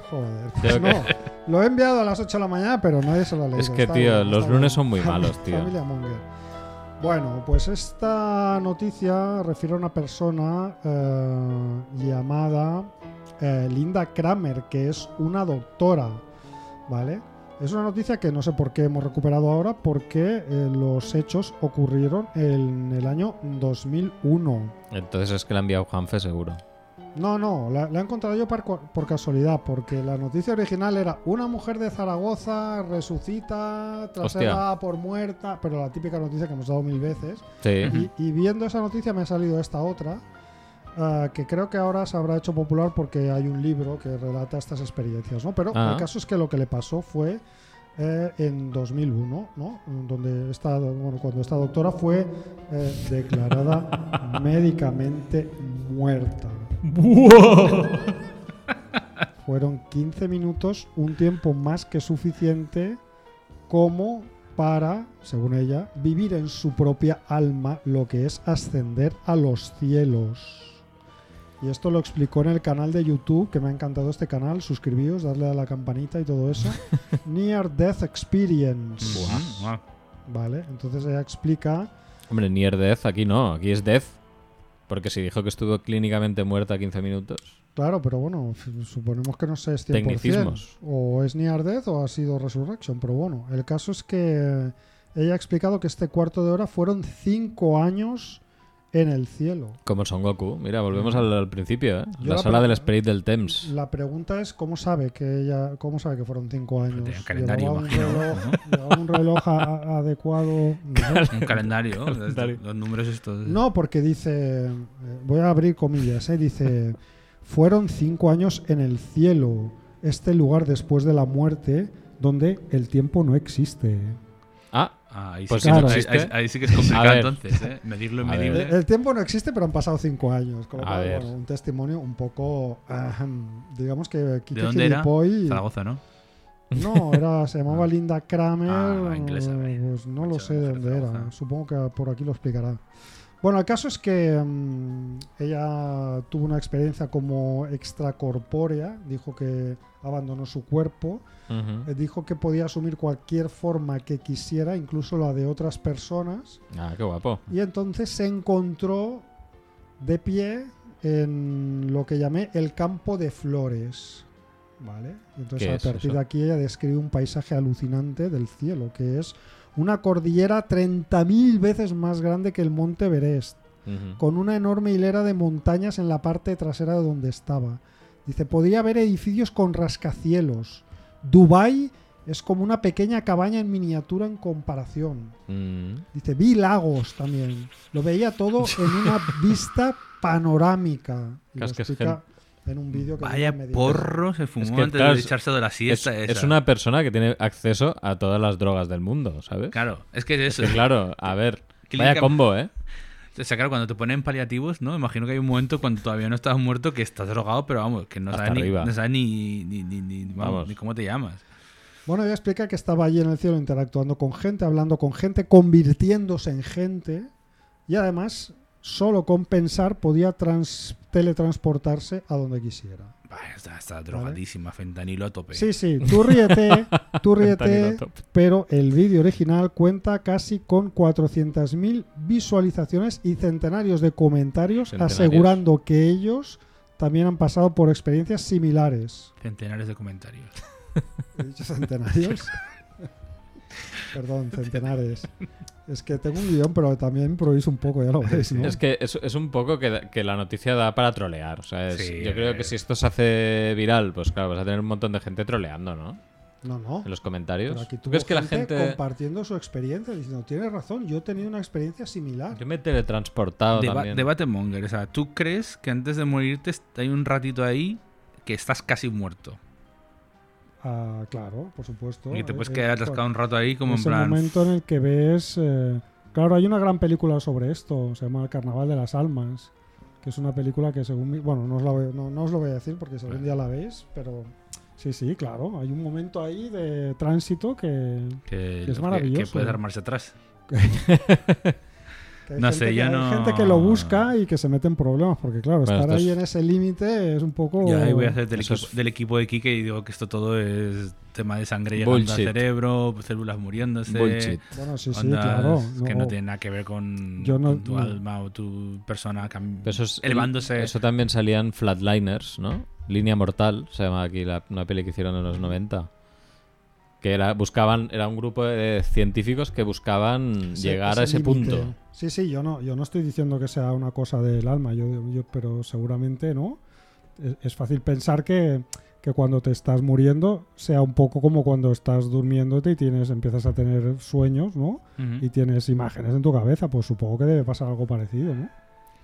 Joder, Tengo pues no. Lo he enviado a las 8 de la mañana, pero nadie se lo ha leído. Es que, Está tío, bien, los está lunes bien. son muy malos, tío. Familia Monger. Bueno, pues esta noticia refiere a una persona eh, llamada eh, Linda Kramer, que es una doctora, ¿vale? Es una noticia que no sé por qué hemos recuperado ahora, porque eh, los hechos ocurrieron en el año 2001. Entonces es que la ha enviado Juanfe, seguro. No, no, la, la he encontrado yo par- por casualidad, porque la noticia original era una mujer de Zaragoza resucita tras ser Hostia. dada por muerta, pero la típica noticia que hemos dado mil veces. Sí. Y, y viendo esa noticia me ha salido esta otra, ah, que creo que ahora se habrá hecho popular porque hay un libro que relata estas experiencias, ¿no? Pero Ah. el caso es que lo que le pasó fue eh, en 2001, ¿no? Donde esta, bueno, cuando esta doctora fue eh, declarada médicamente muerta. Fueron 15 minutos, un tiempo más que suficiente como para, según ella, vivir en su propia alma lo que es ascender a los cielos. Y esto lo explicó en el canal de YouTube, que me ha encantado este canal, suscribíos, darle a la campanita y todo eso. Near Death Experience. Ujú, guau. Vale, entonces ella explica... Hombre, Nier Death aquí no, aquí es Death. Porque si dijo que estuvo clínicamente muerta 15 minutos. Claro, pero bueno, f- suponemos que no sé, es 100%. Tecnicismos. O es Near Death o ha sido Resurrection, pero bueno, el caso es que ella ha explicado que este cuarto de hora fueron 5 años en el cielo. Como Son Goku. Mira, volvemos al, al principio, ¿eh? Yo La la sala pre- del Spirit del Thames. La pregunta es cómo sabe que ella, cómo sabe que fueron cinco años. Pues tenía un calendario, Llevaba un imagino, reloj, llevaba un reloj a- a- [laughs] adecuado. No, mm. Un [laughs] calendario, de- de- Calendario. los números estos. No, porque dice, eh, voy a abrir comillas, eh, dice, fueron cinco años en el cielo, este lugar después de la muerte, donde el tiempo no existe. Ah, Ah, ahí, Pues sí, claro. que, ahí- ahí- ahí sí que es A complicado ver. entonces, ¿eh? Medirlo A en ver. El, medible. el tiempo no existe, pero han pasado cinco años. Con lo A cual, ver. bueno, un testimonio un poco, ahem, digamos que Kike ¿De dónde era? Gilipoy- Zaragoza, ¿no? No, era, [laughs] se llamaba Linda Kramer. Ah, inglesa, eh, eh. pues no lo Mucho sé de mejor dónde era. trabaja. Supongo que por aquí lo explicará. Bueno, el caso es que mm, ella tuvo una experiencia como extracorpórea. Dijo que abandonó su cuerpo. ujú. eh, Dijo que podía asumir cualquier forma que quisiera, incluso la de otras personas. ah qué guapo. Y entonces se encontró de pie en lo que llamé el campo de flores. ¿Vale? Y Entonces ¿Qué a es partir eso? de aquí ella describe un paisaje alucinante del cielo, que es una cordillera 30.000 veces más grande que el monte Everest Ujú. con una enorme hilera de montañas en la parte trasera de donde estaba. Dice, podía haber edificios con rascacielos. Dubai es como una pequeña cabaña en miniatura en comparación. Mm. Dice, vi lagos también. Lo veía [laughs] todo en una vista penorámica. Y lo Es que es explica en un vídeo que Vaya me dijo. porro se fumó Es que, antes claro, de echarse de la Es, siesta esa. es una persona que tiene acceso a todas las drogas del mundo, ¿sabes? Claro, es que es Es eso. que, claro, a ver. Vaya Clínica- combo, ¿eh? O sea, claro, cuando te ponen paliativos, ¿no? Imagino que hay un momento cuando todavía no estás muerto que estás drogado, pero vamos, que no Hasta sabes, ni, arriba. no sabes ni, ni, ni, ni- vamos, Vamos. ni cómo te llamas. Bueno, ella explica que estaba allí en el cielo interactuando con gente, hablando con gente, convirtiéndose en gente. Y además, solo con pensar podía trans- teletransportarse a donde quisiera. Vaya, está, está drogadísima, fentanilo a tope. Sí, sí, tú ríete, [laughs] Fentanilo tú ríete, a tope. pero el vídeo original cuenta casi con 400.000 visualizaciones y centenarios de comentarios Centenarios. asegurando que ellos también han pasado por experiencias similares. Centenares de comentarios. He dicho centenarios. [laughs] Perdón, centenares. Es que tengo un guión, pero también improviso un poco, ya lo veis, ¿no? Es que es, es un poco que, da- que la noticia da para trolear. O sea, es- Sí, yo creo que eh. si esto se hace viral, pues claro, vas a tener un montón de gente troleando, ¿no? No, no. En los comentarios. Pero aquí ¿Tú tuvo crees que la gente gente.? compartiendo su experiencia, diciendo, tienes razón, yo he tenido una experiencia similar. Yo me he teletransportado Deba- también. debate monger. O sea, ¿tú crees que antes de morirte est- hay un ratito ahí que estás casi muerto? Ah, claro, por supuesto. Y que te puedes Eh, quedar eh, atascado un rato ahí como Es en el plan... momento en el que ves. eh, claro, hay una gran película sobre esto, se llama El Carnaval de las Almas, que es una película que, según. mi- bueno, no os, la voy- no- no os lo voy a decir porque si algún día la veis, pero. Sí, sí, claro, hay un momento ahí de tránsito que. Que, es maravilloso. puedes armarse atrás. Que hay No gente sé, que- yo hay no- gente que lo busca y que se mete en problemas, porque claro, Bueno, estar esto ahí es- en ese límite es un poco... Yo ahí voy a hacer del, Eso equipo, es- del equipo de Kike y digo que esto todo es tema de sangre llegando Bullshit. al cerebro, células muriéndose. Bullshit. Bueno, Pues sí, sí, ondas claro. que no- no tiene nada que ver con, Yo no- con tu no. alma o tu persona cam- Pero Eso es- elevándose. Eso también salían Flatliners, ¿no? Línea Mortal, se llama aquí la, una peli que hicieron en los 90. Que era, buscaban, era un grupo de científicos que buscaban Sí, llegar a ese límite. punto. Sí, sí, yo no, yo no estoy diciendo que sea una cosa del alma, yo, yo- pero seguramente no. Es, es fácil pensar que, que cuando te estás muriendo sea un poco como cuando estás durmiéndote y tienes, empiezas a tener sueños, ¿no? Ujú. Y tienes imágenes en tu cabeza, pues supongo que debe pasar algo parecido, ¿no?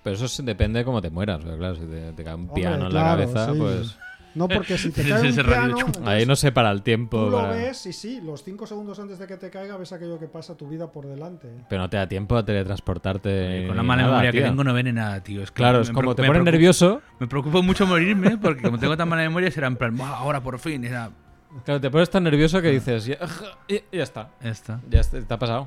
Pero eso es- depende de cómo te mueras, porque claro, si te, te cae un Hombre, piano en la claro, cabeza, sí. pues No, [laughs] porque si te Ese- cae un ese rollo piano, de chum- ahí no se para el tiempo. tú lo para- ves y sí, los cinco segundos antes de que te caiga ves aquello que pasa tu vida por delante. Pero no te da tiempo a teletransportarte. Con ni la mala Eh, nada, memoria que tío. tengo no ven en nada, tío. Es que Claro, me es como preocu- te me pones preocu- nervioso. Me preocupa mucho morirme porque como tengo tan mala memoria será en plan, "Buah, ahora por fin. Era Claro, te pones tan nervioso que dices, ya, ya- ya está, esta. ya está, te ha pasado.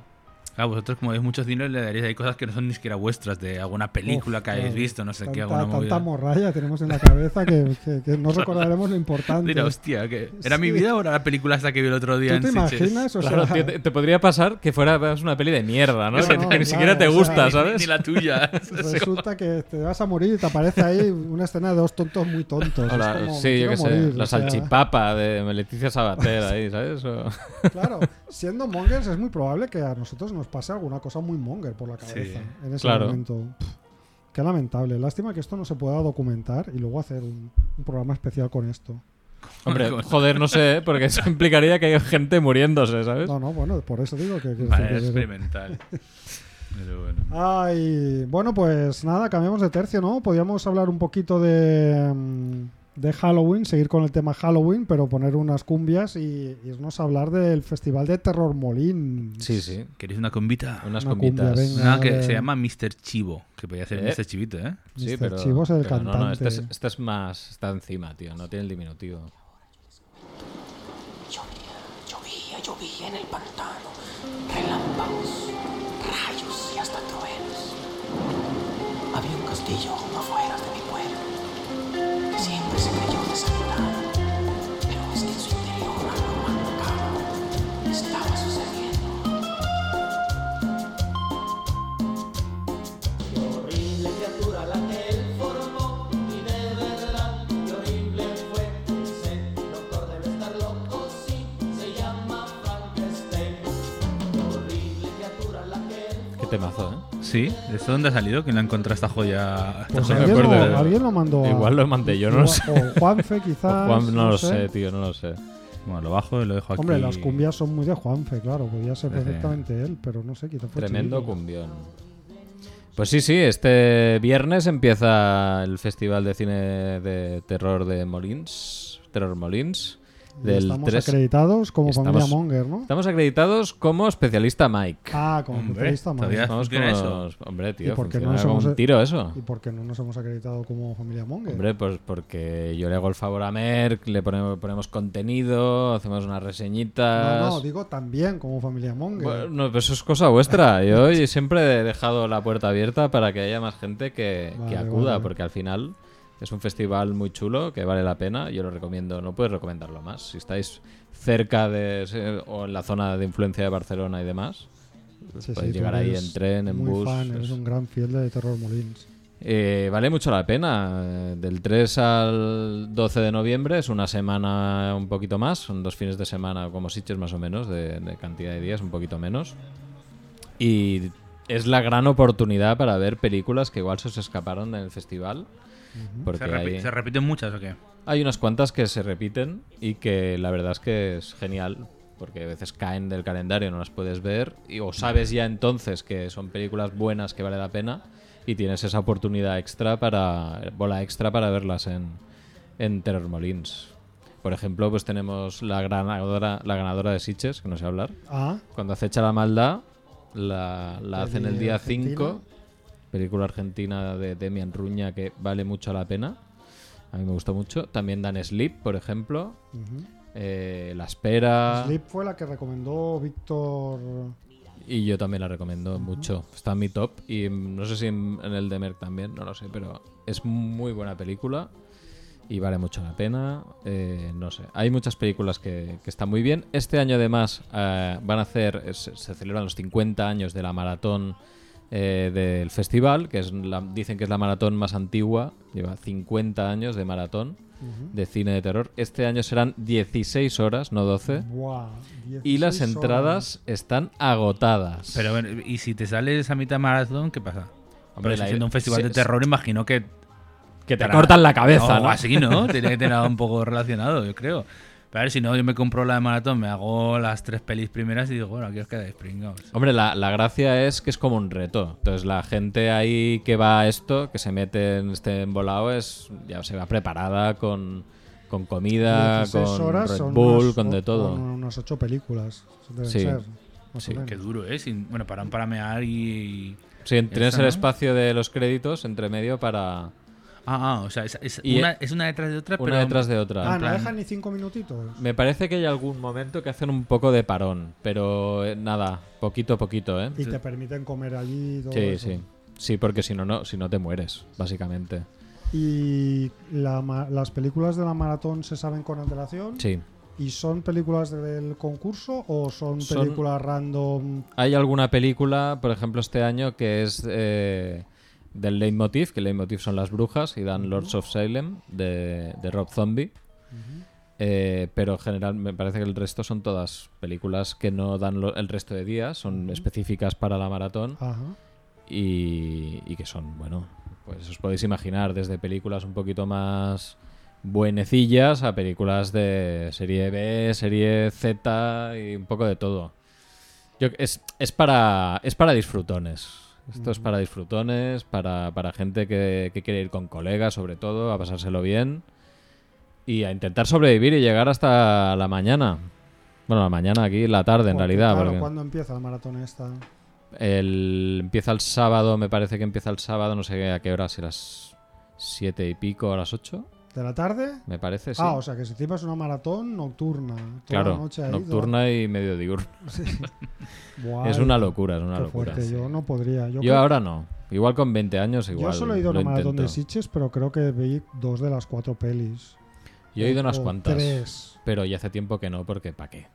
A vosotros como veis muchos dineros le daréis hay cosas que no son ni siquiera vuestras de alguna película Uf, que hayáis claro. visto, no sé qué, Tanta- alguna Tanta movida. morralla tenemos en la cabeza que, que- [laughs] que no recordaremos lo importante. Mira, hostia, que ¿era mi Sí. vida o era la película esta que vi el otro día ¿Tú en te Sitges? imaginas? O Claro, sea, tío, te, [laughs] te podría pasar que fuera veas una peli de mierda, ¿no? No, que, que claro, ni siquiera te o sea, gusta, Ni- ¿sabes? Ni la [laughs] tuya. resulta que te vas a morir y te aparece ahí una escena de dos tontos muy tontos. Es O la- como, sí, yo quiero qué sé, morir, la o sea, salchipapa de Leticia Sabater ahí, ¿sabes? [laughs] O- Claro, siendo mongers es muy probable que a nosotros nos pase alguna cosa muy monger por la cabeza en ese claro. momento. Pff, Qué lamentable. Lástima que esto no se pueda documentar y luego hacer un, un programa especial con esto. Hombre, [laughs] joder, no sé, ¿eh? porque eso implicaría que hay gente muriéndose, ¿sabes? No, no, bueno, por eso digo que... que- Vale, que- es que- experimental. Pero bueno. Ah. Ay, bueno, pues nada, cambiamos de tercio, ¿no? Podíamos hablar un poquito de, mm, de Halloween, seguir con el tema Halloween, pero poner unas cumbias y irnos a hablar del Festival de Terror Molín. Sí, sí, ¿Queréis una combita? unas Una combitas. cumbia, venga. No, que Dale. se llama Mr. Chivo, que podía ser ¿Eh? Mr. Chivito, ¿eh? Sí, Mr. pero, Chivo es el pero No, no, cantante. este es, este es más, está encima, tío, no tiene el diminutivo. Llovía, llovía, llovía en el pantano. Relámpagos, rayos y hasta truenos. Había un castillo junto afuera de mi pueblo que siempre se creyó deshabitado. Pero es que en su interior algo macabro estaba sucediendo. Horrible criatura la que él formó y de verdad qué horrible fue. Ese doctor debe estar loco, sí, se llama Frankenstein. Horrible criatura la que él Qué temazo, ¿eh? Sí, ¿de esto dónde ha salido? ¿Quién la encontrado esta joya? Esta Pues No joya? me alguien, lo, acuerdo. alguien lo mandó a- Igual lo mandé yo, no lo sé. O Juanfe, quizás. Juan, no lo sé, tío, no lo sé. Bueno, lo bajo y lo dejo aquí. Hombre, las cumbias son muy de Juanfe, claro, podía ser Parece- perfectamente él, pero no sé, quizás fue Eh, Tremendo Chivito. cumbión. Pues sí, sí, este viernes empieza el Festival de Cine de Terror de Molins. Terror Molins. Y Del Estamos 3. acreditados como familia Estamos- Monger, ¿no? Estamos acreditados como especialista Mike. Ah, como Hombre, futbolista más. todavía- Estamos ¿funciona como- Hombre, tío, ¿Y por qué funciona no nos como hemos- e- un tiro eso. ¿Y por qué no nos hemos acreditado como familia Monger? Hombre, pues porque yo le hago el favor a Merck, le ponemos, ponemos contenido, hacemos unas reseñitas. No, no, digo también como familia Monger. Bueno, pero eso es cosa vuestra. [laughs] Yo y siempre he dejado la puerta abierta para que haya más gente que, que Vale, acuda, vale. porque al final es un festival muy chulo que vale la pena. Yo lo recomiendo, no puedes recomendarlo más. Si estáis cerca de ese- o en la zona de influencia de Barcelona y demás, Sí, sí, podéis tú llegar ahí eres en tren, en muy bus. Fan, eres es- un gran fiel de Terror Molins. eh, vale mucho la pena. Eh, Del 3 al 12 de noviembre es una semana un poquito más. Son dos fines de semana, como Sitges más o menos, de, de cantidad de días, un poquito menos. Y es la gran oportunidad para ver películas que igual se os escaparon del festival. Porque ¿Se, repi- hay- se repiten muchas o qué? hay unas cuantas que se repiten y que la verdad es que es genial, porque a veces caen del calendario, no las puedes ver, y, o sabes ya entonces que son películas buenas que vale la pena y tienes esa oportunidad extra para, bola extra para verlas en, en Terror Molins. Por ejemplo, pues tenemos la ganadora, la ganadora de Sitches, que no sé hablar, Ah, cuando acecha la maldad, la, la hacen el Peli día argentina. 5. Película argentina de Demian Ruña que vale mucho la pena. A mí me gustó mucho. También dan Sleep, por ejemplo. ujú. eh, la espera. Sleep fue la que recomendó Víctor. Y Y yo también la recomiendo mucho. Está en mi top. Y mm, no sé si en, en el de Merck también, no lo sé. Pero es muy buena película. Y vale mucho la pena. Eh, no sé. Hay muchas películas que, que están muy bien. Este año, además, eh, van a hacer. eh, Se, se celebran los 50 años de la maratón eh, del festival. Que es la- dicen que es la maratón más antigua. Lleva 50 años de maratón de cine de terror. Este año serán 16 horas, no 12. Buah, Y las 16 entradas están agotadas. Pero bueno, y si te sales a mitad maratón, ¿qué pasa? Hombre, Hombre, la- siendo un festival se- de terror, imagino que que te para- cortan la cabeza, No, ¿no? así, ¿no? Tiene que tener algo un poco relacionado, yo creo. Pero a ver, si no, yo me compro la de maratón, me hago las tres pelis primeras y digo, bueno, aquí os quedáis pringados. [laughs] Hombre, la, la gracia es que es como un reto. Entonces, la gente ahí que va a esto, que se mete en este embolado, es, ya se va preparada con, con comida, 16 con horas Red son Bull, unas con de o- todo. son unas ocho películas. deben Sí. ser, más Sí, o menos. Qué duro, ¿eh? Sin- bueno, para, para mear y... Sí, tienes Esa, el ¿no? espacio de los créditos entre medio para Ah, ah, o sea, es, es Y- una, es una detrás de otra, una pero... detrás de otra. Ah, en no plan- dejan ni cinco minutitos. Me parece que hay algún momento que hacen un poco de parón, pero eh, nada, poquito a poquito, ¿eh? Y te permiten comer allí y todo Sí, eso. sí. Sí, porque si no, no, si no te mueres, básicamente. Y la ma- las películas de la maratón se saben con antelación. Sí. ¿Y son películas del concurso o son Son- películas random? Hay alguna película, por ejemplo, este año que es eh, del leitmotiv, que el leitmotiv son las brujas y dan Lords of Salem de, de Rob Zombie. Eh, pero en general me parece que el resto son todas películas que no dan lo- el resto de días, son específicas para la maratón Ajá. y, y que son, bueno, pues os podéis imaginar, desde películas un poquito más buenecillas a películas de serie B, serie Z y un poco de todo. Yo, es, es, para, es para disfrutones. Esto es para disfrutones, para, para gente que, que quiere ir con colegas, sobre todo, a pasárselo bien y a intentar sobrevivir y llegar hasta la mañana. Bueno, la mañana aquí, la tarde en Porque, realidad. Claro, porque- ¿cuándo empieza la maratón esta? el, empieza el sábado, me parece que empieza el sábado, no sé a qué hora, si a las 7 y pico o a las 8, ¿De la tarde? me parece, sí. Ah, o sea que si encima es una maratón nocturna. toda la claro, noche ahí, nocturna y medio diurno. [laughs] toda- Buah, es una locura, es una qué locura. fuerte, yo no podría. Yo, Yo, creo- ahora no, igual con 20 años, yo igual. solo he ido a lo una maratón de intento. Sitges, pero creo que vi dos de las cuatro pelis. Yo he ido a O- unas o cuantas, Tres. pero ya hace tiempo que no, porque ¿para qué?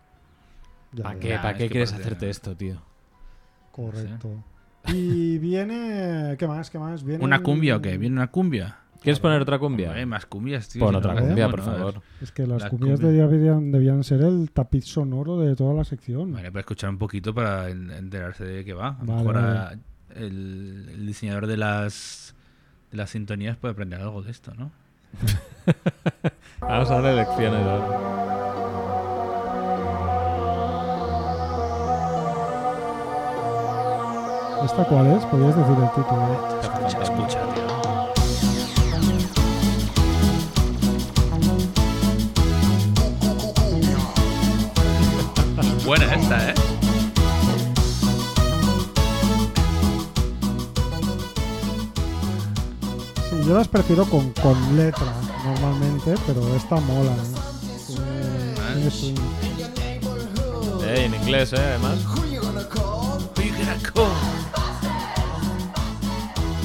Ya, ¿Para ya, qué, Nah, ¿Para es qué que quieres porque- hacerte esto, tío? Correcto. Y viene. ¿Qué más? ¿Qué más? Viene ¿Una cumbia o qué? ¿Viene una cumbia? ¿Quieres poner otra cumbia? Hay más cumbias, tío. Pon si no otra las cumbia, por hacemos, ¿no? favor. Es que las Las cumbias cumbias. debían, debían ser el tapiz sonoro de toda la sección. Vale, para escuchar un poquito para en- enterarse de qué va. A Vale, lo mejor vale. a- el, el diseñador de las, de las sintonías puede aprender algo de esto, ¿no? Vamos a darle lecciones. ahora. ¿Esta cuál es? Podrías decir el título. Escucha, escucha, [laughs] tío. Buena esta, ¿eh? Sí, yo las prefiero con, con letra normalmente, pero esta mola. ¿eh? Tiene- tiene swing. Eh, en inglés, eh, además.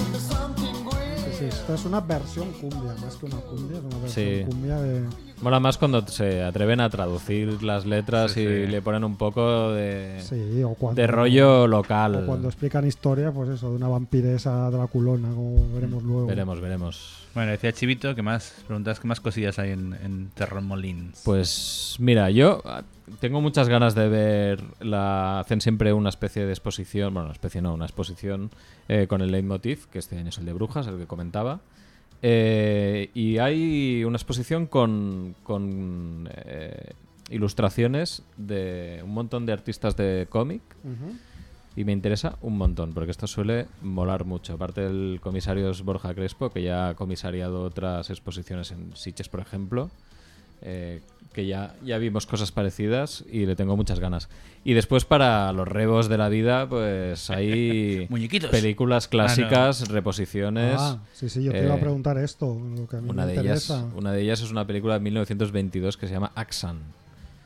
Sí, sí, esta es una versión cumbia, más que una cumbia, es una versión Sí. cumbia de. Mola más cuando se atreven a traducir las letras Sí, y sí. le ponen un poco de, Sí, o cuando, de rollo o cuando local. explican historia, pues eso, de una vampiresa draculona, como veremos luego. Mm, Veremos, veremos. Bueno, decía Chivito, que más? Preguntas, ¿qué más cosillas hay en, en Terremolins? Pues mira, yo ah, tengo muchas ganas de ver la hacen siempre una especie de exposición, bueno, una especie no, una exposición eh, con el leitmotiv, que este año es el de brujas, el que comentaba. Eh, y hay una exposición con, con, eh, ilustraciones de un montón de artistas de cómic Ujú. Y me interesa un montón, porque esto suele molar mucho. Aparte del comisario es Borja Crespo, que ya ha comisariado otras exposiciones en Sitges, por ejemplo, eh, que ya, ya vimos cosas parecidas y le tengo muchas ganas. Y después para los rebos de la vida, pues hay [laughs] Muñequitos. películas clásicas, reposiciones. Ah, sí, sí, yo te iba a eh, preguntar esto, lo que a mí Una me de, ellas, interesa. una de ellas es una película de 1922 que se llama Axan,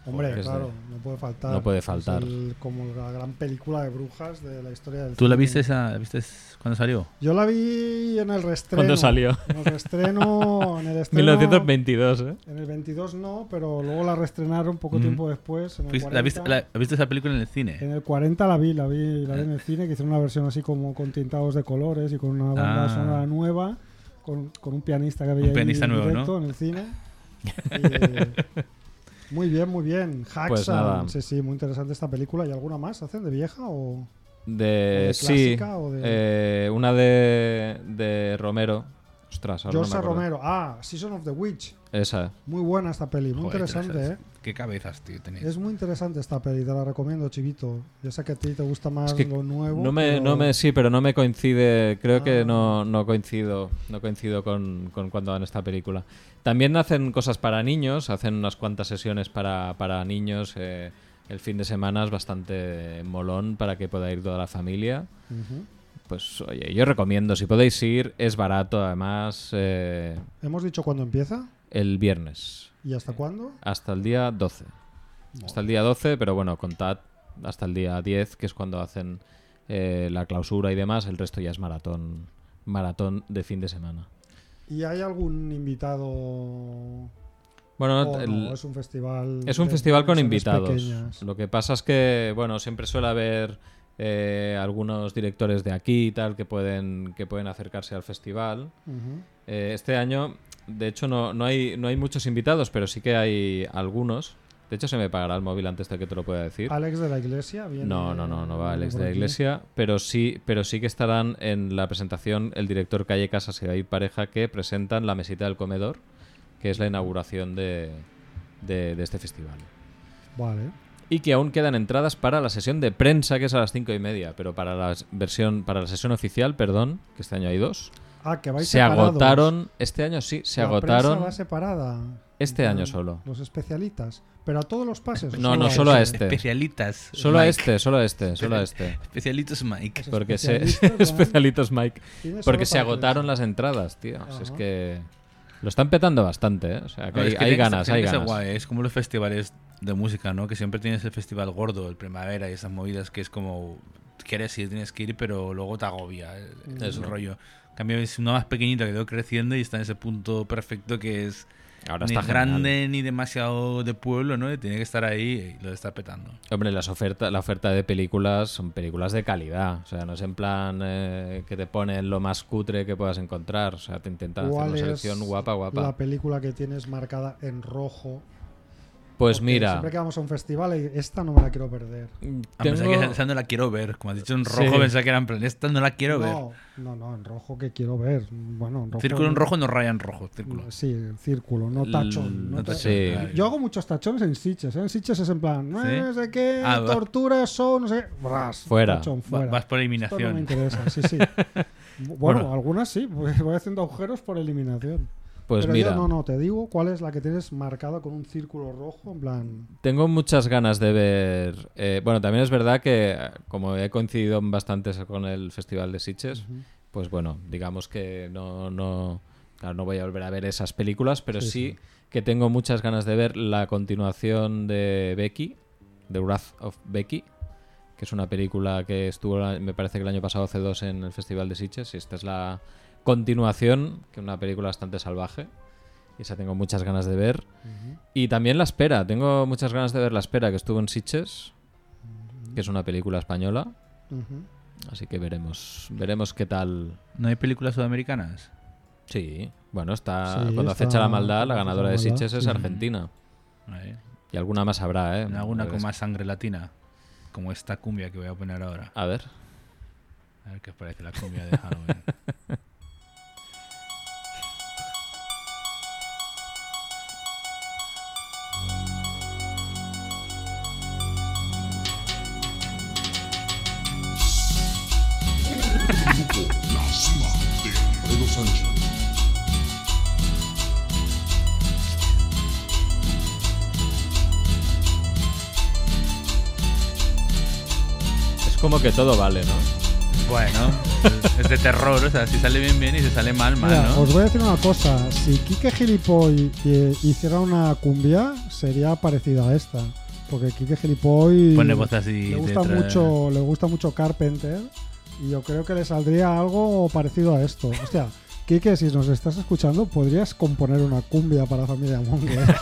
Hombre, Porque es de- claro, no puede faltar. no puede Es faltar. el- como la gran película de brujas de la historia del ¿Tú la cine. viste, esa, la viste cuando salió? Yo la vi en el reestreno. ¿Cuándo salió? En el [laughs] reestreno. En el estreno, 1922, ¿eh? En el 22 no, pero luego la reestrenaron poco Mm. tiempo después. En el, Fuiste- 40, ¿La viste, la- la viste esa película en el en cine? el 40 la vi, la vi, Eh. la vi en el cine, que hicieron una versión así como con tintados de colores y con una banda Ah. sonora nueva, con, con un pianista que había ahí pianista en nuevo, directo ¿no? en [laughs] el cine. Y, eh, muy bien, muy bien. Hacksaw, Pues nada. sí, sí, muy interesante esta película. ¿Y alguna más hacen de vieja o...? De, ¿De sí, clásica o de- eh, una de, de Romero. Ostras, ahora no me George acuerdo. Romero. Ah, Season of the Witch. Esa. Muy buena esta peli, muy Joder, interesante, ¿eh? esas- Qué cabezas, tío, tenéis. Es muy interesante esta peli, te la recomiendo, Chivito. Yo sé que a ti te gusta más que lo nuevo. No me, pero- no me, sí, pero no me coincide. Creo Ah. que no, no coincido, no coincido con, con cuando dan esta película. También hacen cosas para niños, hacen unas cuantas sesiones para, para niños. eh, el fin de semana es bastante molón para que pueda ir toda la familia. Ujú. Pues oye, yo recomiendo, si podéis ir, es barato además eh, Hemos dicho cuándo empieza el viernes, y hasta cuándo. hasta el día 12. Hasta el día 12, pero bueno, contad hasta el día 10, que es cuando hacen eh, la clausura y demás, el resto ya es maratón, maratón de fin de semana. ¿Y hay algún invitado? o Bueno, Oh, no? el- es un festival. Es un de festival con dimensiones invitados. pequeñas. Lo que pasa es que, bueno, siempre suele haber eh, algunos directores de aquí y tal que pueden, que pueden acercarse al festival. Ujú. Eh, este año, de hecho, no, no, hay, no hay muchos invitados, pero sí que hay algunos. De hecho, se me pagará el móvil antes de que te lo pueda decir. Alex de la Iglesia. viene- No, no, no, no va Alex de por la aquí. Iglesia, pero sí, pero sí que estarán en la presentación el director Calle Casas y David Pareja que presentan la mesita del comedor, que es la inauguración de, de- de este festival. Vale. Y que aún quedan entradas para la sesión de prensa, que es a las cinco y media, pero para la s- versión, para la sesión oficial, perdón, que este año hay dos, Ah, que vais se separados. agotaron, este año sí, se La prensa agotaron va separada. este año Van solo. Los especialitas. Pero a todos los pases. o No, no, solo a este. Especialitas. Solo a Mike. este, solo a este, solo a este. Especialitos Mike. Esos Porque se... [laughs] especialistas van- Especialitos Mike. Tienes Porque solo se para agotaron tres. las entradas, tío. O sea, es Ajá. que lo están petando bastante, ¿eh? O sea, que No, hay, es que hay tiene que ganas, ser- tiene hay que ser ganas. guay, Es como los festivales de música, ¿no? Que siempre tienes el festival gordo, el primavera y esas movidas que es como quieres ir, tienes que ir, pero luego te agobia el, el Eso. rollo. En cambio, es una más pequeñita que quedó creciendo y está en ese punto perfecto que es Ahora ni está genial. grande ni demasiado de pueblo, ¿no? Y tiene que estar ahí y lo está petando. Hombre, las oferta, la oferta de películas son películas de calidad. O sea, no es en plan eh, que te ponen lo más cutre que puedas encontrar. O sea, te intentan hacer ¿Cuál una es selección guapa, La guapa. película que tienes marcada en rojo. Pues Porque mira, Siempre que vamos a un festival, y esta no me la quiero perder. A pesar tengo- que esa no la quiero ver. Como has dicho en Sí. rojo, pensaba que era en plan, esta no la quiero ver. No, no, no, en rojo que quiero ver. Bueno, en rojo. Círculo en rojo no raya en rojo, círculo. Sí, círculo, no tachón. no no ta- sí. tachón. Yo hago muchos tachones en Sitches. ¿eh? En Sitches es en plan, ¿Sí? no sé qué, Ah, va. tortura, son, no sé qué. Bras, Fuera. tachón, Va- fuera. vas por Esto no me eliminación. interesa, sí, [laughs] sí. bueno, Bueno. algunas sí, porque voy haciendo agujeros por eliminación. pues Pero mira, yo no, no, te digo cuál es la que tienes marcada con un círculo rojo, en plan. tengo muchas ganas de ver. eh, bueno, también es verdad que eh, como he coincidido en bastantes con el Festival de Sitges, pues bueno, digamos que no, no, claro, no voy a volver a ver esas películas, pero sí, Sí, que tengo muchas ganas de ver la continuación de Becky, The Wrath of Becky, que es una película que estuvo, la- me parece que el año pasado, hace dos, en el Festival de Sitges, y esta es la continuación, que es una película bastante salvaje, y esa tengo muchas ganas de ver. Y también La Espera, tengo muchas ganas de ver La Espera, que estuvo en Sitges, que es una película española, ujú. así que veremos, veremos qué tal ¿No hay películas sudamericanas? Sí, bueno, está Sí, cuando está- acecha la maldad, la cuando acecha ganadora la de maldad, Sitges es sí. Argentina. Ahí. Y alguna más habrá, ¿eh? En alguna Porque con es- más sangre latina. Como esta cumbia que voy a poner ahora. A ver. A ver qué os parece la cumbia de Halloween. Es como que todo vale, ¿no? [laughs] Bueno, es- es de terror, o sea, si sale bien, bien y si sale mal, mal, Mira, ¿no? os voy a decir una cosa. Si Quique Gilipoy eh, hiciera una cumbia, sería parecida a esta. Porque Quique Gilipoy Ponle voz así. le de gusta tra- mucho, le gusta mucho Carpenter y yo creo que le saldría algo parecido a esto. Hostia, Quique, si nos estás escuchando, podrías componer una cumbia para [laughs] Familia Monger. Te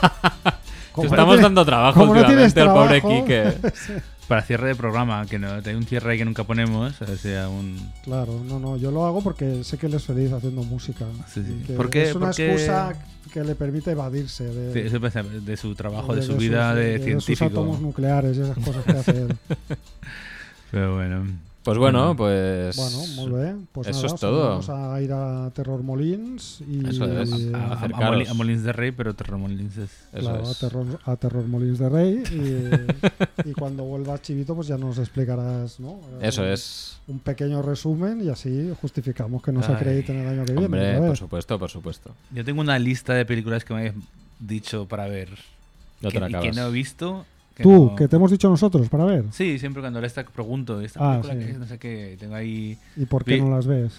Como no estamos tiene- dando trabajo como no tienes últimamente al pobre trabajo. Quique. Para cierre de programa, que no, hay un cierre ahí que nunca ponemos, o sea, un... Claro, no, no, yo lo hago porque sé que él es feliz haciendo música. Sí, sí. Y que ¿Por qué- Es una por qué- excusa que le permite evadirse de, de- eso pasa, de su trabajo, de- de su sus- vida de, de sus átomos científico. nucleares y esas cosas que hace [laughs] él. Pero bueno, Pues bueno, pues. Bueno, muy bien. Pues Eso nada, es todo. Vamos a ir a Terror Molins y Eso es. y- a, a- a acercaros. Moli- a Molins de Rey, pero Terromolins es... Eso claro, a es. terror, a terror Molins de Rey. Y, [laughs] y cuando vuelvas chivito, pues ya nos explicarás, ¿no? Eh, Eso es. Un pequeño resumen y así justificamos que nos Ay, acrediten el año que viene. Hombre, otra vez. por supuesto, por supuesto. Yo tengo una lista de películas que me habéis dicho para ver No te que, la y que acabas. no he visto. que Tú, no- que te hemos dicho nosotros para ver. Sí, siempre cuando le esta pregunto, ¿esta Ah, película sí. que es? No sé qué, tengo ahí... ¿Y por qué Vi- no las ves?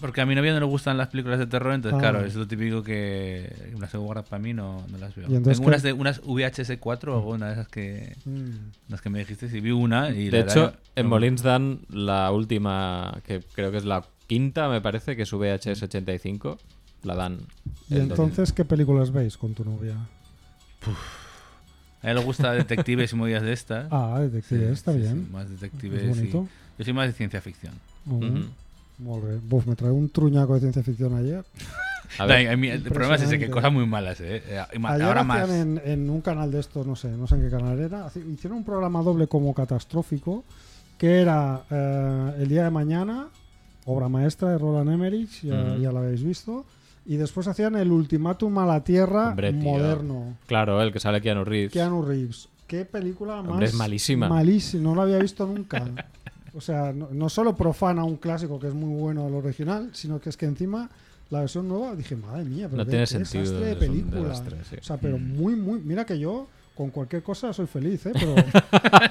Porque a mi novia no le gustan las películas de terror, entonces, Ah. claro, es lo típico que las que guardas para mí, no, no las veo. ¿Y entonces Tengo qué? unas, de, unas VHS4 o alguna de esas que, Mm. las que me dijiste, si vi una. Y De la hecho, verdad- en no. Molins dan la última, que creo que es la quinta, me parece, que es VHS 85. La dan. ¿Y el entonces qué películas veis con tu novia? A ella le gusta detectives y movidas de estas. [laughs] Ah, detective, Sí, está sí, sí, bien. más detectives. es y- bonito. Yo soy más de ciencia ficción. Muy 12. bien. Ujú. Muy bien. Buf, me trae un truñaco de ciencia ficción ayer. A ver, No, a mí el problema es ese, que Impresionante. cosas muy malas, ¿eh? Eh, y más- Ayer Ahora hacían más. En, en un canal de estos, no sé, no sé en qué canal era, haci- hicieron un programa doble como catastrófico, que era eh, el día de mañana, obra maestra de Roland Emmerich, ya, Ujú. ya lo habéis visto, y después hacían el ultimátum a la Tierra Hombre, tío. moderno, claro, el que sale Keanu Reeves. Keanu Reeves. ¿Qué película más Hombre, es malísima. malísima, no la había visto nunca. O sea, no, no solo profana un clásico que es muy bueno el original, sino que es que encima la versión nueva dije, madre mía, pero No qué tiene desastre sentido. de es un película. desastre, sí. Mm. O sea, pero muy, muy. Mira que yo con cualquier cosa soy feliz, [laughs] ¿eh? Pero.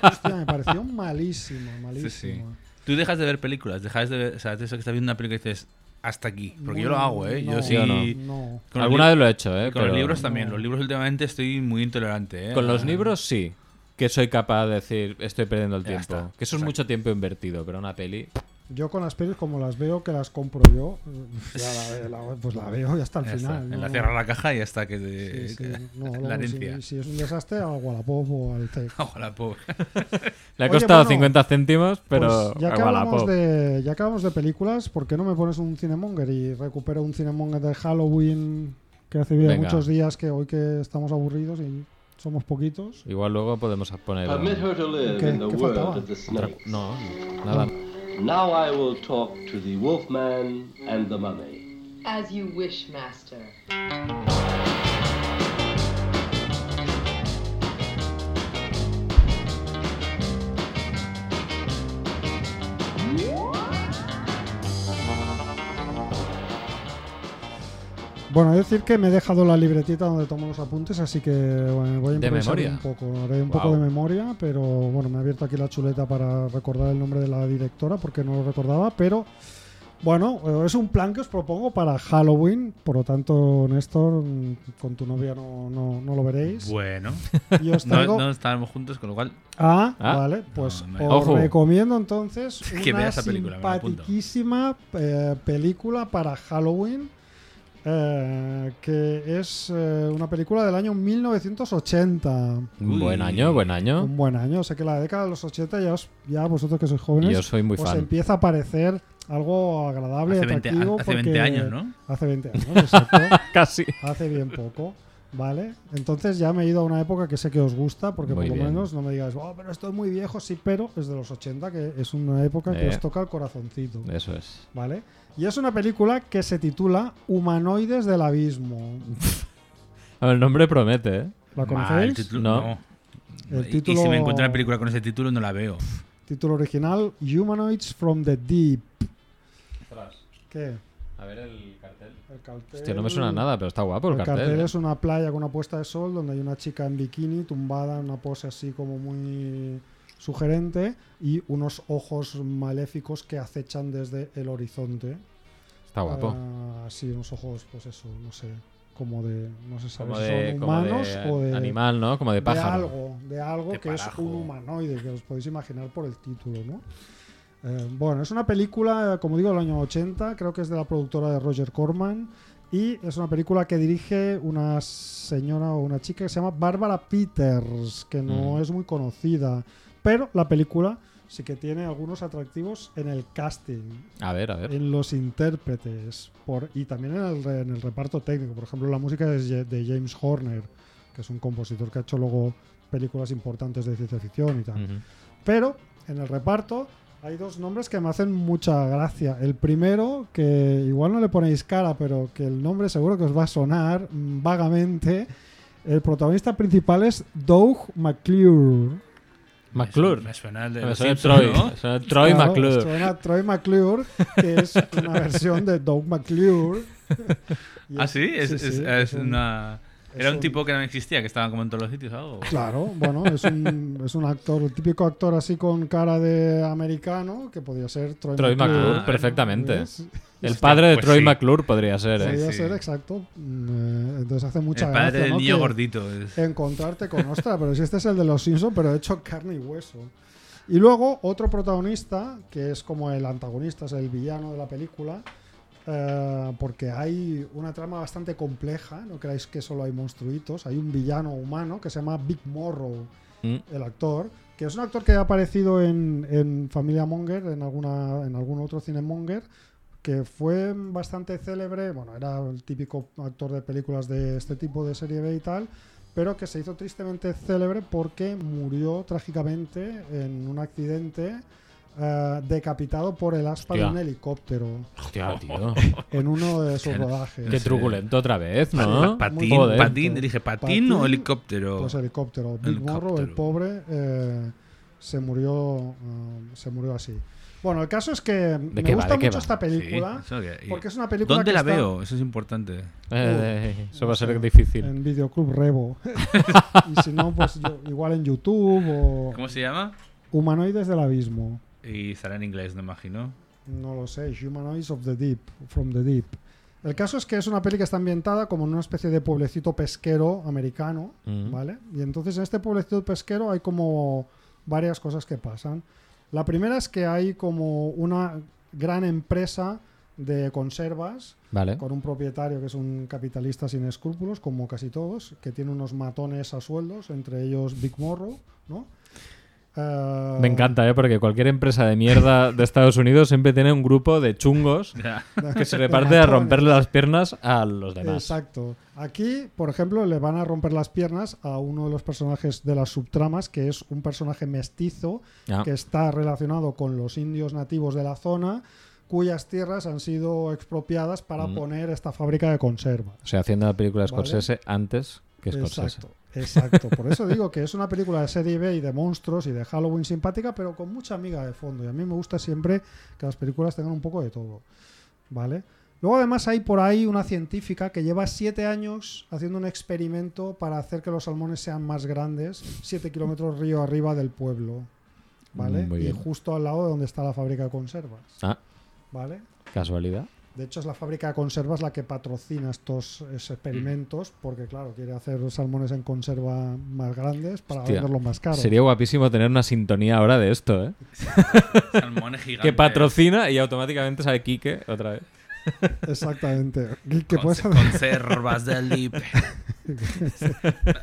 hostia, me pareció malísimo, malísimo. Tú dejas de ver películas, dejas de ver. O sea, de eso que estás viendo una película y dices, hasta aquí. Porque yo lo Bueno, hago, ¿eh? no, yo sí. Yo no. con los Alguna lib- vez lo he hecho, ¿eh? Con Pero los libros también. no. Los libros últimamente estoy muy intolerante, ¿eh? Con los Ah. libros sí. Que soy capaz de decir, estoy perdiendo el Ya tiempo. está, que eso es exacto. mucho tiempo invertido, pero una peli. Yo con las pelis, como las veo, que las compro yo, [laughs] ya la ve- la- pues la veo y hasta el Ya está, final. en la no- cierra la caja y hasta que te- Sí, sí, eh, que- no, [laughs] luego la si- herencia. si, es un desastre, al Wallapop o al Ah, Tec. A Wallapop. Le ha Oye, costado bueno, 50 céntimos, pero. Pues ya, que a hablamos Wallapop. de, ya que hablamos de películas, ¿por qué no me pones un Cinemonger y recupero un Cinemonger de Halloween que hace bien Venga. muchos días que hoy que estamos aburridos y somos poquitos? Igual luego podemos poner. I meant un- her to live Okay, in the ¿qué world faltaba? of the otra- snakes. No, nada. Now I will talk to the wolfman and the mummy. As you wish, master. Bueno, he de decir que me he dejado la libretita donde tomo los apuntes, así que bueno, voy a De improvisar memoria. un poco, haré un Guau. poco de memoria, pero bueno, me he abierto aquí la chuleta para recordar el nombre de la directora porque no lo recordaba, pero bueno, eh, es un plan que os propongo para Halloween, por lo tanto, Néstor, mm, con tu novia no, no, no lo veréis. Bueno, Y os no, traigo... no estábamos juntos, con lo cual. Ah, Ah. vale, pues No, no. os Ojo. recomiendo entonces [laughs] una Que vea esa película, me la apunto. simpatiquísima eh, película para Halloween eh, que es eh, una película del año 1980. Un Uy. Buen año, buen año. Un buen año, sé que la década de los 80 ya, os- ya vosotros que sois Y jóvenes yo soy muy os fan. pues empieza a parecer algo agradable Hace y 20 atractivo hace 20 porque- años, ¿no? Hace 20 años, [laughs] exacto. Casi. hace bien poco. ¿Vale? Entonces ya me he ido a una época que sé que os gusta, porque Muy por lo bien. menos no me digáis, oh, pero esto es muy viejo, sí, pero es de los 80, que es una época que Eh. os toca el corazoncito. Eso es. ¿Vale? Y es una película que se titula Humanoides del Abismo. A ver, el nombre promete, ¿eh? ¿La Mal, ah, el conocéis? título- No. no. El Y- Y si título- me encuentro una película con ese título, no la veo. Título original, Humanoids from the Deep. ¿Qué? A ver el cartel. El cartel... Hostia, no me suena nada, pero está guapo el, El cartel. cartel ¿eh? es una playa con una puesta de sol donde hay una chica en bikini tumbada en una pose así como muy sugerente y unos ojos maléficos que acechan desde el horizonte. Está guapo. Ah, sí, unos ojos, pues eso, no sé, como de, no sé sabe como si de, son como de humanos o de animal, ¿no? Como de de pájaro. algo, de algo De que parajo. es un humanoide, que os podéis imaginar por el título, ¿no? Eh, bueno, es una película, eh, como digo, del año 80, creo que es de la productora de Roger Corman, y es una película que dirige una señora o una chica que se llama Bárbara Peters, que no Mm. es muy conocida, pero la película sí que tiene algunos atractivos en el casting A ver, a ver. en los intérpretes por, y también en el, re- en el reparto técnico. Por ejemplo, la música es ye- de James Horner, que es un compositor que ha hecho luego películas importantes de ciencia ficción y tal. Ujú. Pero en el reparto hay dos nombres que me hacen mucha gracia. El primero, que igual no le ponéis cara, pero que el nombre seguro que os va a sonar mm, vagamente. El protagonista principal es Doug McClure. McClure. Me suena el de. Me los suena el Simpson, Troy. ¿no? me suena el Troy Claro, McClure. suena Troy McClure, que es una versión de Doug McClure. Y [laughs] Ah, es- sí, es, es- es un- una. es Era un un- tipo que no existía, que estaba como en todos los sitios o algo. Claro, bueno, es un, es un actor, el típico actor así con cara de americano, que podía ser Troy, Troy McClure, Ah, perfectamente. ¿Ves? El padre de pues Troy sí. McClure podría ser, ¿eh? Podía sí. ser, exacto. Mm, eh, Entonces hace mucha el padre gracia, del ¿no? niño que gordito. es- Encontrarte con, ostra, pero si este es el de los Simpsons, pero hecho carne y hueso. Y luego otro protagonista, que es como el antagonista, es el villano de la película, eh, porque hay una trama bastante compleja, no creáis que solo hay monstruitos, hay un villano humano que se llama Big Morrow, Mm. el actor, que es un actor que ha aparecido en, en Familia Monger, en, alguna, en algún otro cine Monger, que fue bastante célebre, bueno, era el típico actor de películas de este tipo de serie B y tal, pero que se hizo tristemente célebre porque murió trágicamente en un accidente eh, decapitado por el aspa de Hostia. un helicóptero Hostia, [laughs] tío. en uno de sus Claro. rodajes. Qué truculento otra vez, ¿no? Pa- patín, Joder. patín, dije patín, o Ah, Patín, helicóptero. Pues helicóptero. Big Morrow, el Helicóptero. pobre, eh, se murió eh, se murió así. Bueno, el caso es que me qué va? gusta ¿De qué mucho va? esta Sí, película eso que- y- porque es una película ¿Dónde que la está veo? Eso es importante. Eh, eh, eso va a ser no sé. difícil. en Videoclub Revo. [laughs] y si no, pues yo- igual en YouTube o ¿Cómo se llama? Humanoides del Abismo. Y estará en inglés, no imagino. No lo sé, Humanoids of the Deep, from the Deep. El caso es que es una peli que está ambientada como en una especie de pueblecito pesquero americano, Mm. ¿vale? Y entonces en este pueblecito pesquero hay como varias cosas que pasan. La primera es que hay como una gran empresa de conservas Vale. con un propietario que es un capitalista sin escrúpulos, como casi todos, que tiene unos matones a sueldos, entre ellos Big Morrow, ¿no? Eh, Me encanta, ¿eh? Porque cualquier empresa de mierda de Estados Unidos siempre tiene un grupo de [laughs] chungos [laughs] Ya. que se de reparte a matones. romperle las piernas a los demás. Exacto. Aquí, por ejemplo, le van a romper las piernas a uno de los personajes de las subtramas, que es un personaje mestizo Ah. que está relacionado con los indios nativos de la zona, cuyas tierras han sido expropiadas para Mm. poner esta fábrica de conserva. O sea, haciendo la película de Vale. Scorsese antes que Scorsese. Exacto, exacto. Por eso digo que es una película de serie B y de monstruos y de Halloween simpática, pero con mucha amiga de fondo. Y a mí me gusta siempre que las películas tengan un poco de todo. ¿Vale? Luego además hay por ahí una científica que lleva siete años haciendo un experimento para hacer que los salmones sean más grandes, siete kilómetros río arriba del pueblo. ¿Vale? Mm, Muy Y bien. justo al lado de donde está la fábrica de conservas. Ah, ¿Vale? casualidad. De hecho, es la fábrica de conservas la que patrocina estos eh, Mm. experimentos, porque, claro, quiere hacer salmones en conserva más grandes para Hostia, venderlos más caros. Sería guapísimo tener una sintonía ahora de esto, ¿eh? Salmones gigantes. Que patrocina y automáticamente sale Quique otra vez. [laughs] Exactamente. Y [laughs] que Conse- puedes hacer- Conservas del lip. [laughs]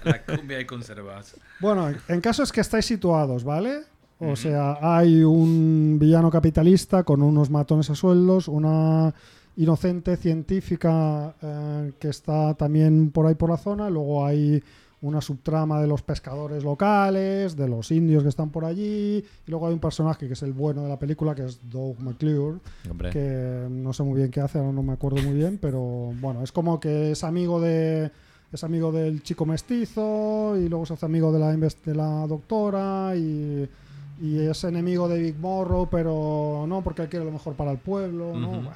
La cumbia y conservas. Bueno, en caso es que estáis situados, ¿vale? O sea, hay un villano capitalista con unos matones a sueldos, una inocente científica eh, que está también por ahí por la zona, luego hay una subtrama de los pescadores locales, de los indios que están por allí, y luego hay un personaje que es el bueno de la película, que es Doug McClure, Hombre. que no sé muy bien qué hace, ahora no me acuerdo muy bien, pero bueno, es como que es amigo de es amigo del chico mestizo y luego se hace amigo de la inves- de la doctora y, y es enemigo de Big Morrow, pero no porque él quiere lo mejor para el pueblo, ¿no? Ujú. Bueno.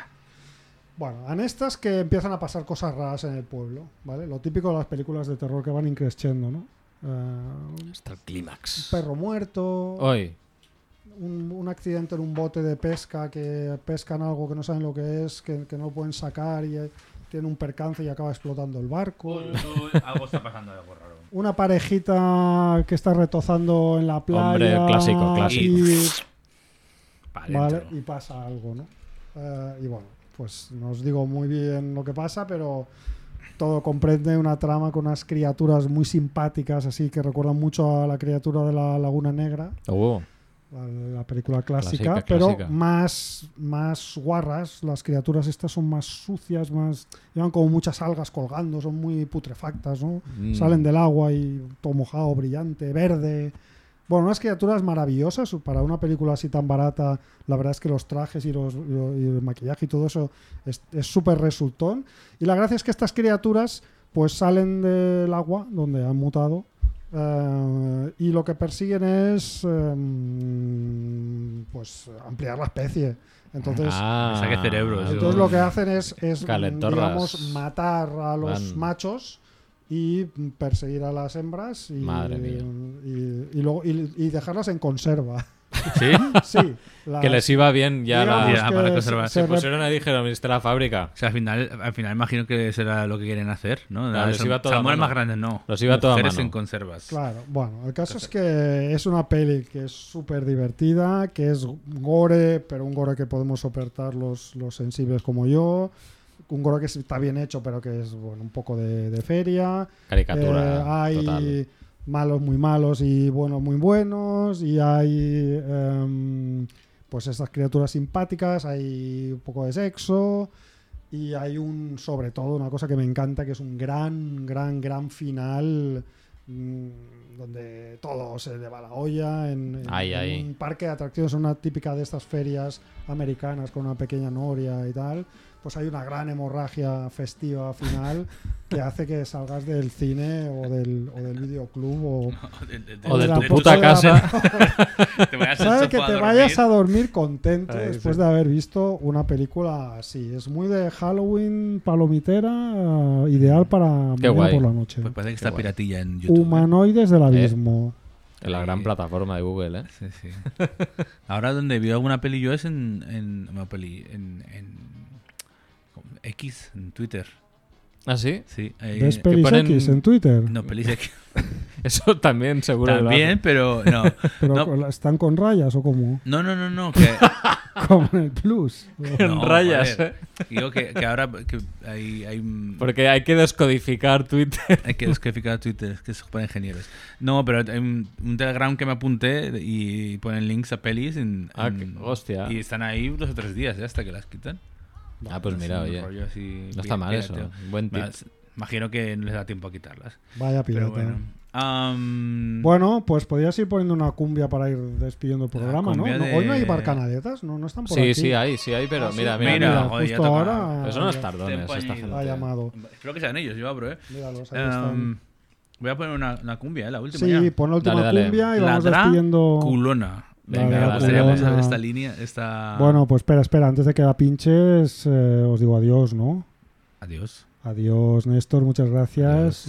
Bueno, en estas que empiezan a pasar cosas raras en el pueblo, ¿vale? Lo típico de las películas de terror que van increciendo, ¿no? eh, Hasta el clímax. perro muerto, Hoy. un, un accidente en un bote de pesca que pescan algo que no saben lo que es, que, que no lo pueden sacar y eh, tiene un percance y acaba explotando el barco. algo está pasando, algo raro. Una parejita que está retozando en la playa. Hombre, clásico, y- clásico. vale, y pasa algo, ¿no? Eh, y bueno, pues no os digo muy bien lo que pasa, pero todo comprende una trama con unas criaturas muy simpáticas, así que recuerdan mucho a la criatura de la Laguna Negra Oh, la, la película clásica, Clásica, pero clásica. más más guarras, las criaturas estas son más sucias, más llevan como muchas algas colgando, son muy putrefactas, ¿no? Mm. Salen del agua y todo mojado, brillante, verde. Bueno, unas criaturas maravillosas para una película así tan barata. La verdad es que los trajes y, los, y lo- y el maquillaje y todo eso es es súper resultón. Y la gracia es que estas criaturas pues salen del agua donde han mutado eh, y lo que persiguen es eh, pues ampliar la especie. Entonces, ah, saque cerebro, eso. entonces lo que hacen es, es Calentorras. digamos, matar a los Van. machos y perseguir a las hembras y, Madre mía. y, y luego, y, y dejarlas en conserva. ¿Sí? [laughs] Sí, las- Que les iba bien ya digamos la... Pues Ya, para que conservar. pues Se rep- pusieron y dijeron, viste la fábrica. O sea, al final, al final imagino que será lo que quieren hacer, ¿no? Claro, les Son- iba toda salmones mano. más grandes no. Los iba toda Mujeres mano. en conservas. Claro, bueno, el caso es que es una peli que es súper divertida, que es gore, pero un gore que podemos soportar los, los sensibles como yo. Un gore que está bien hecho, pero que es bueno, un poco de, de feria. Eh, Caricatura hay total. malos muy malos y buenos muy buenos. Y hay em, pues esas criaturas simpáticas, hay un poco de sexo. Y hay un, sobre todo, una cosa que me encanta, que es un gran, gran, gran final mm, donde todo se le va la olla en, en- Ay, en ay. un parque de atracciones, en una típica de estas ferias americanas con una pequeña noria y tal, pues hay una gran hemorragia festiva final que hace que salgas del cine o del, o del videoclub o, De- de- O de la tu puta puta de la- casa. Te [laughs] vayas al ¿Sabes? Que sofá te a vayas a dormir. dormir contento Ahí, después sí. de haber visto una película así. Es muy de Halloween, palomitera, eh, ideal para mañana Mm. guay. por la noche. Pues parece que está piratilla en YouTube. ¿eh? Humanoides del abismo. [laughs] En la gran plataforma de Google, ¿eh? Sí, sí. Ahora donde veo alguna peli yo es en... en una peli... En, en X, en Twitter. ¿Ah, sí? Sí. ahí- ¿Ves que pelis ponen- X en Twitter? no, pelis [laughs] X. Eso también seguro lo También, pero no. [laughs] ¿Pero No. con la- están con rayas [laughs] o como No, no, no, no. [laughs] Que, Como en el plus. En rayas, joder. Digo que, que ahora que hay, hay, un- hacen. Porque hay que descodificar Twitter. hay que descalificar Twitter, es que es para ingenieros. No, pero hay un, un Telegram que me apunté y ponen links a pelis. En, Ah, en- que- hostia. Y están ahí dos o tres días ya hasta que las quitan. [laughs] Ah, pues mira, Es un oye. rollo así No está mal eso. pirateo. Buen tip. Más- Imagino que no les da tiempo a quitarlas. Vaya pirata. Pero Bueno. bueno. Am, pues podrías ir poniendo una cumbia para ir despidiendo el programa, ¿no? cumbia No, Hoy no hay de- barcanadetas, no, no están por Sí, aquí. sí, hay, sí hay, pero Ah, sí. mira, mira, Mira, mira. joder, ya justo toca. ahora. Pero son unos ya- tardones Tempo esta añadido. gente. Ha llamado. Espero que sean ellos, yo abro, ¿eh. Míralos, ahí están. Am, voy a poner una, una cumbia, ¿eh? la última. Sí, ya. pon la última Dale, dale. cumbia y vamos Ladra despidiendo. culona. Venga, Venga, la pues deberíamos culona. saber esta línea, esta... Bueno, pues espera, espera, antes de que la pinches, eh, os digo adiós, ¿no? Adiós. Adiós, Néstor, muchas gracias.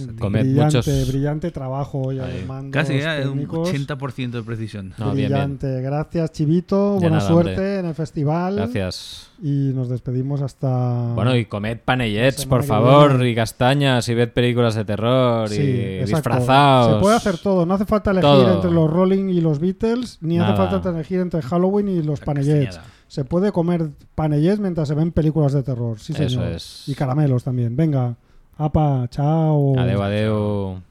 Adiós a ti. Comed brillante, muchos- brillante trabajo hoy a Ahí. los mandos Casi ya un técnicos. 80% de precisión. No, bien, bien. brillante. Gracias, Chivito. De Buena nada, suerte hombre. en el festival. Gracias. Y nos despedimos hasta. Bueno, y comed panellets, semana por que favor, viene. y castañas, y ved películas de terror, Sí, y exacto. disfrazaos. Se puede hacer todo. No hace falta elegir Todo. entre los Rolling y los Beatles, ni Nada. hace falta elegir entre Halloween y los La panellets. castañada. Se puede comer panellets mientras se ven películas de terror. Sí, Eso señor. es. Y caramelos también. Venga. Apa, chao. Adeu, adeu.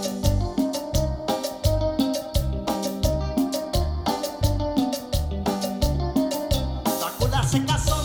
Sakura se casó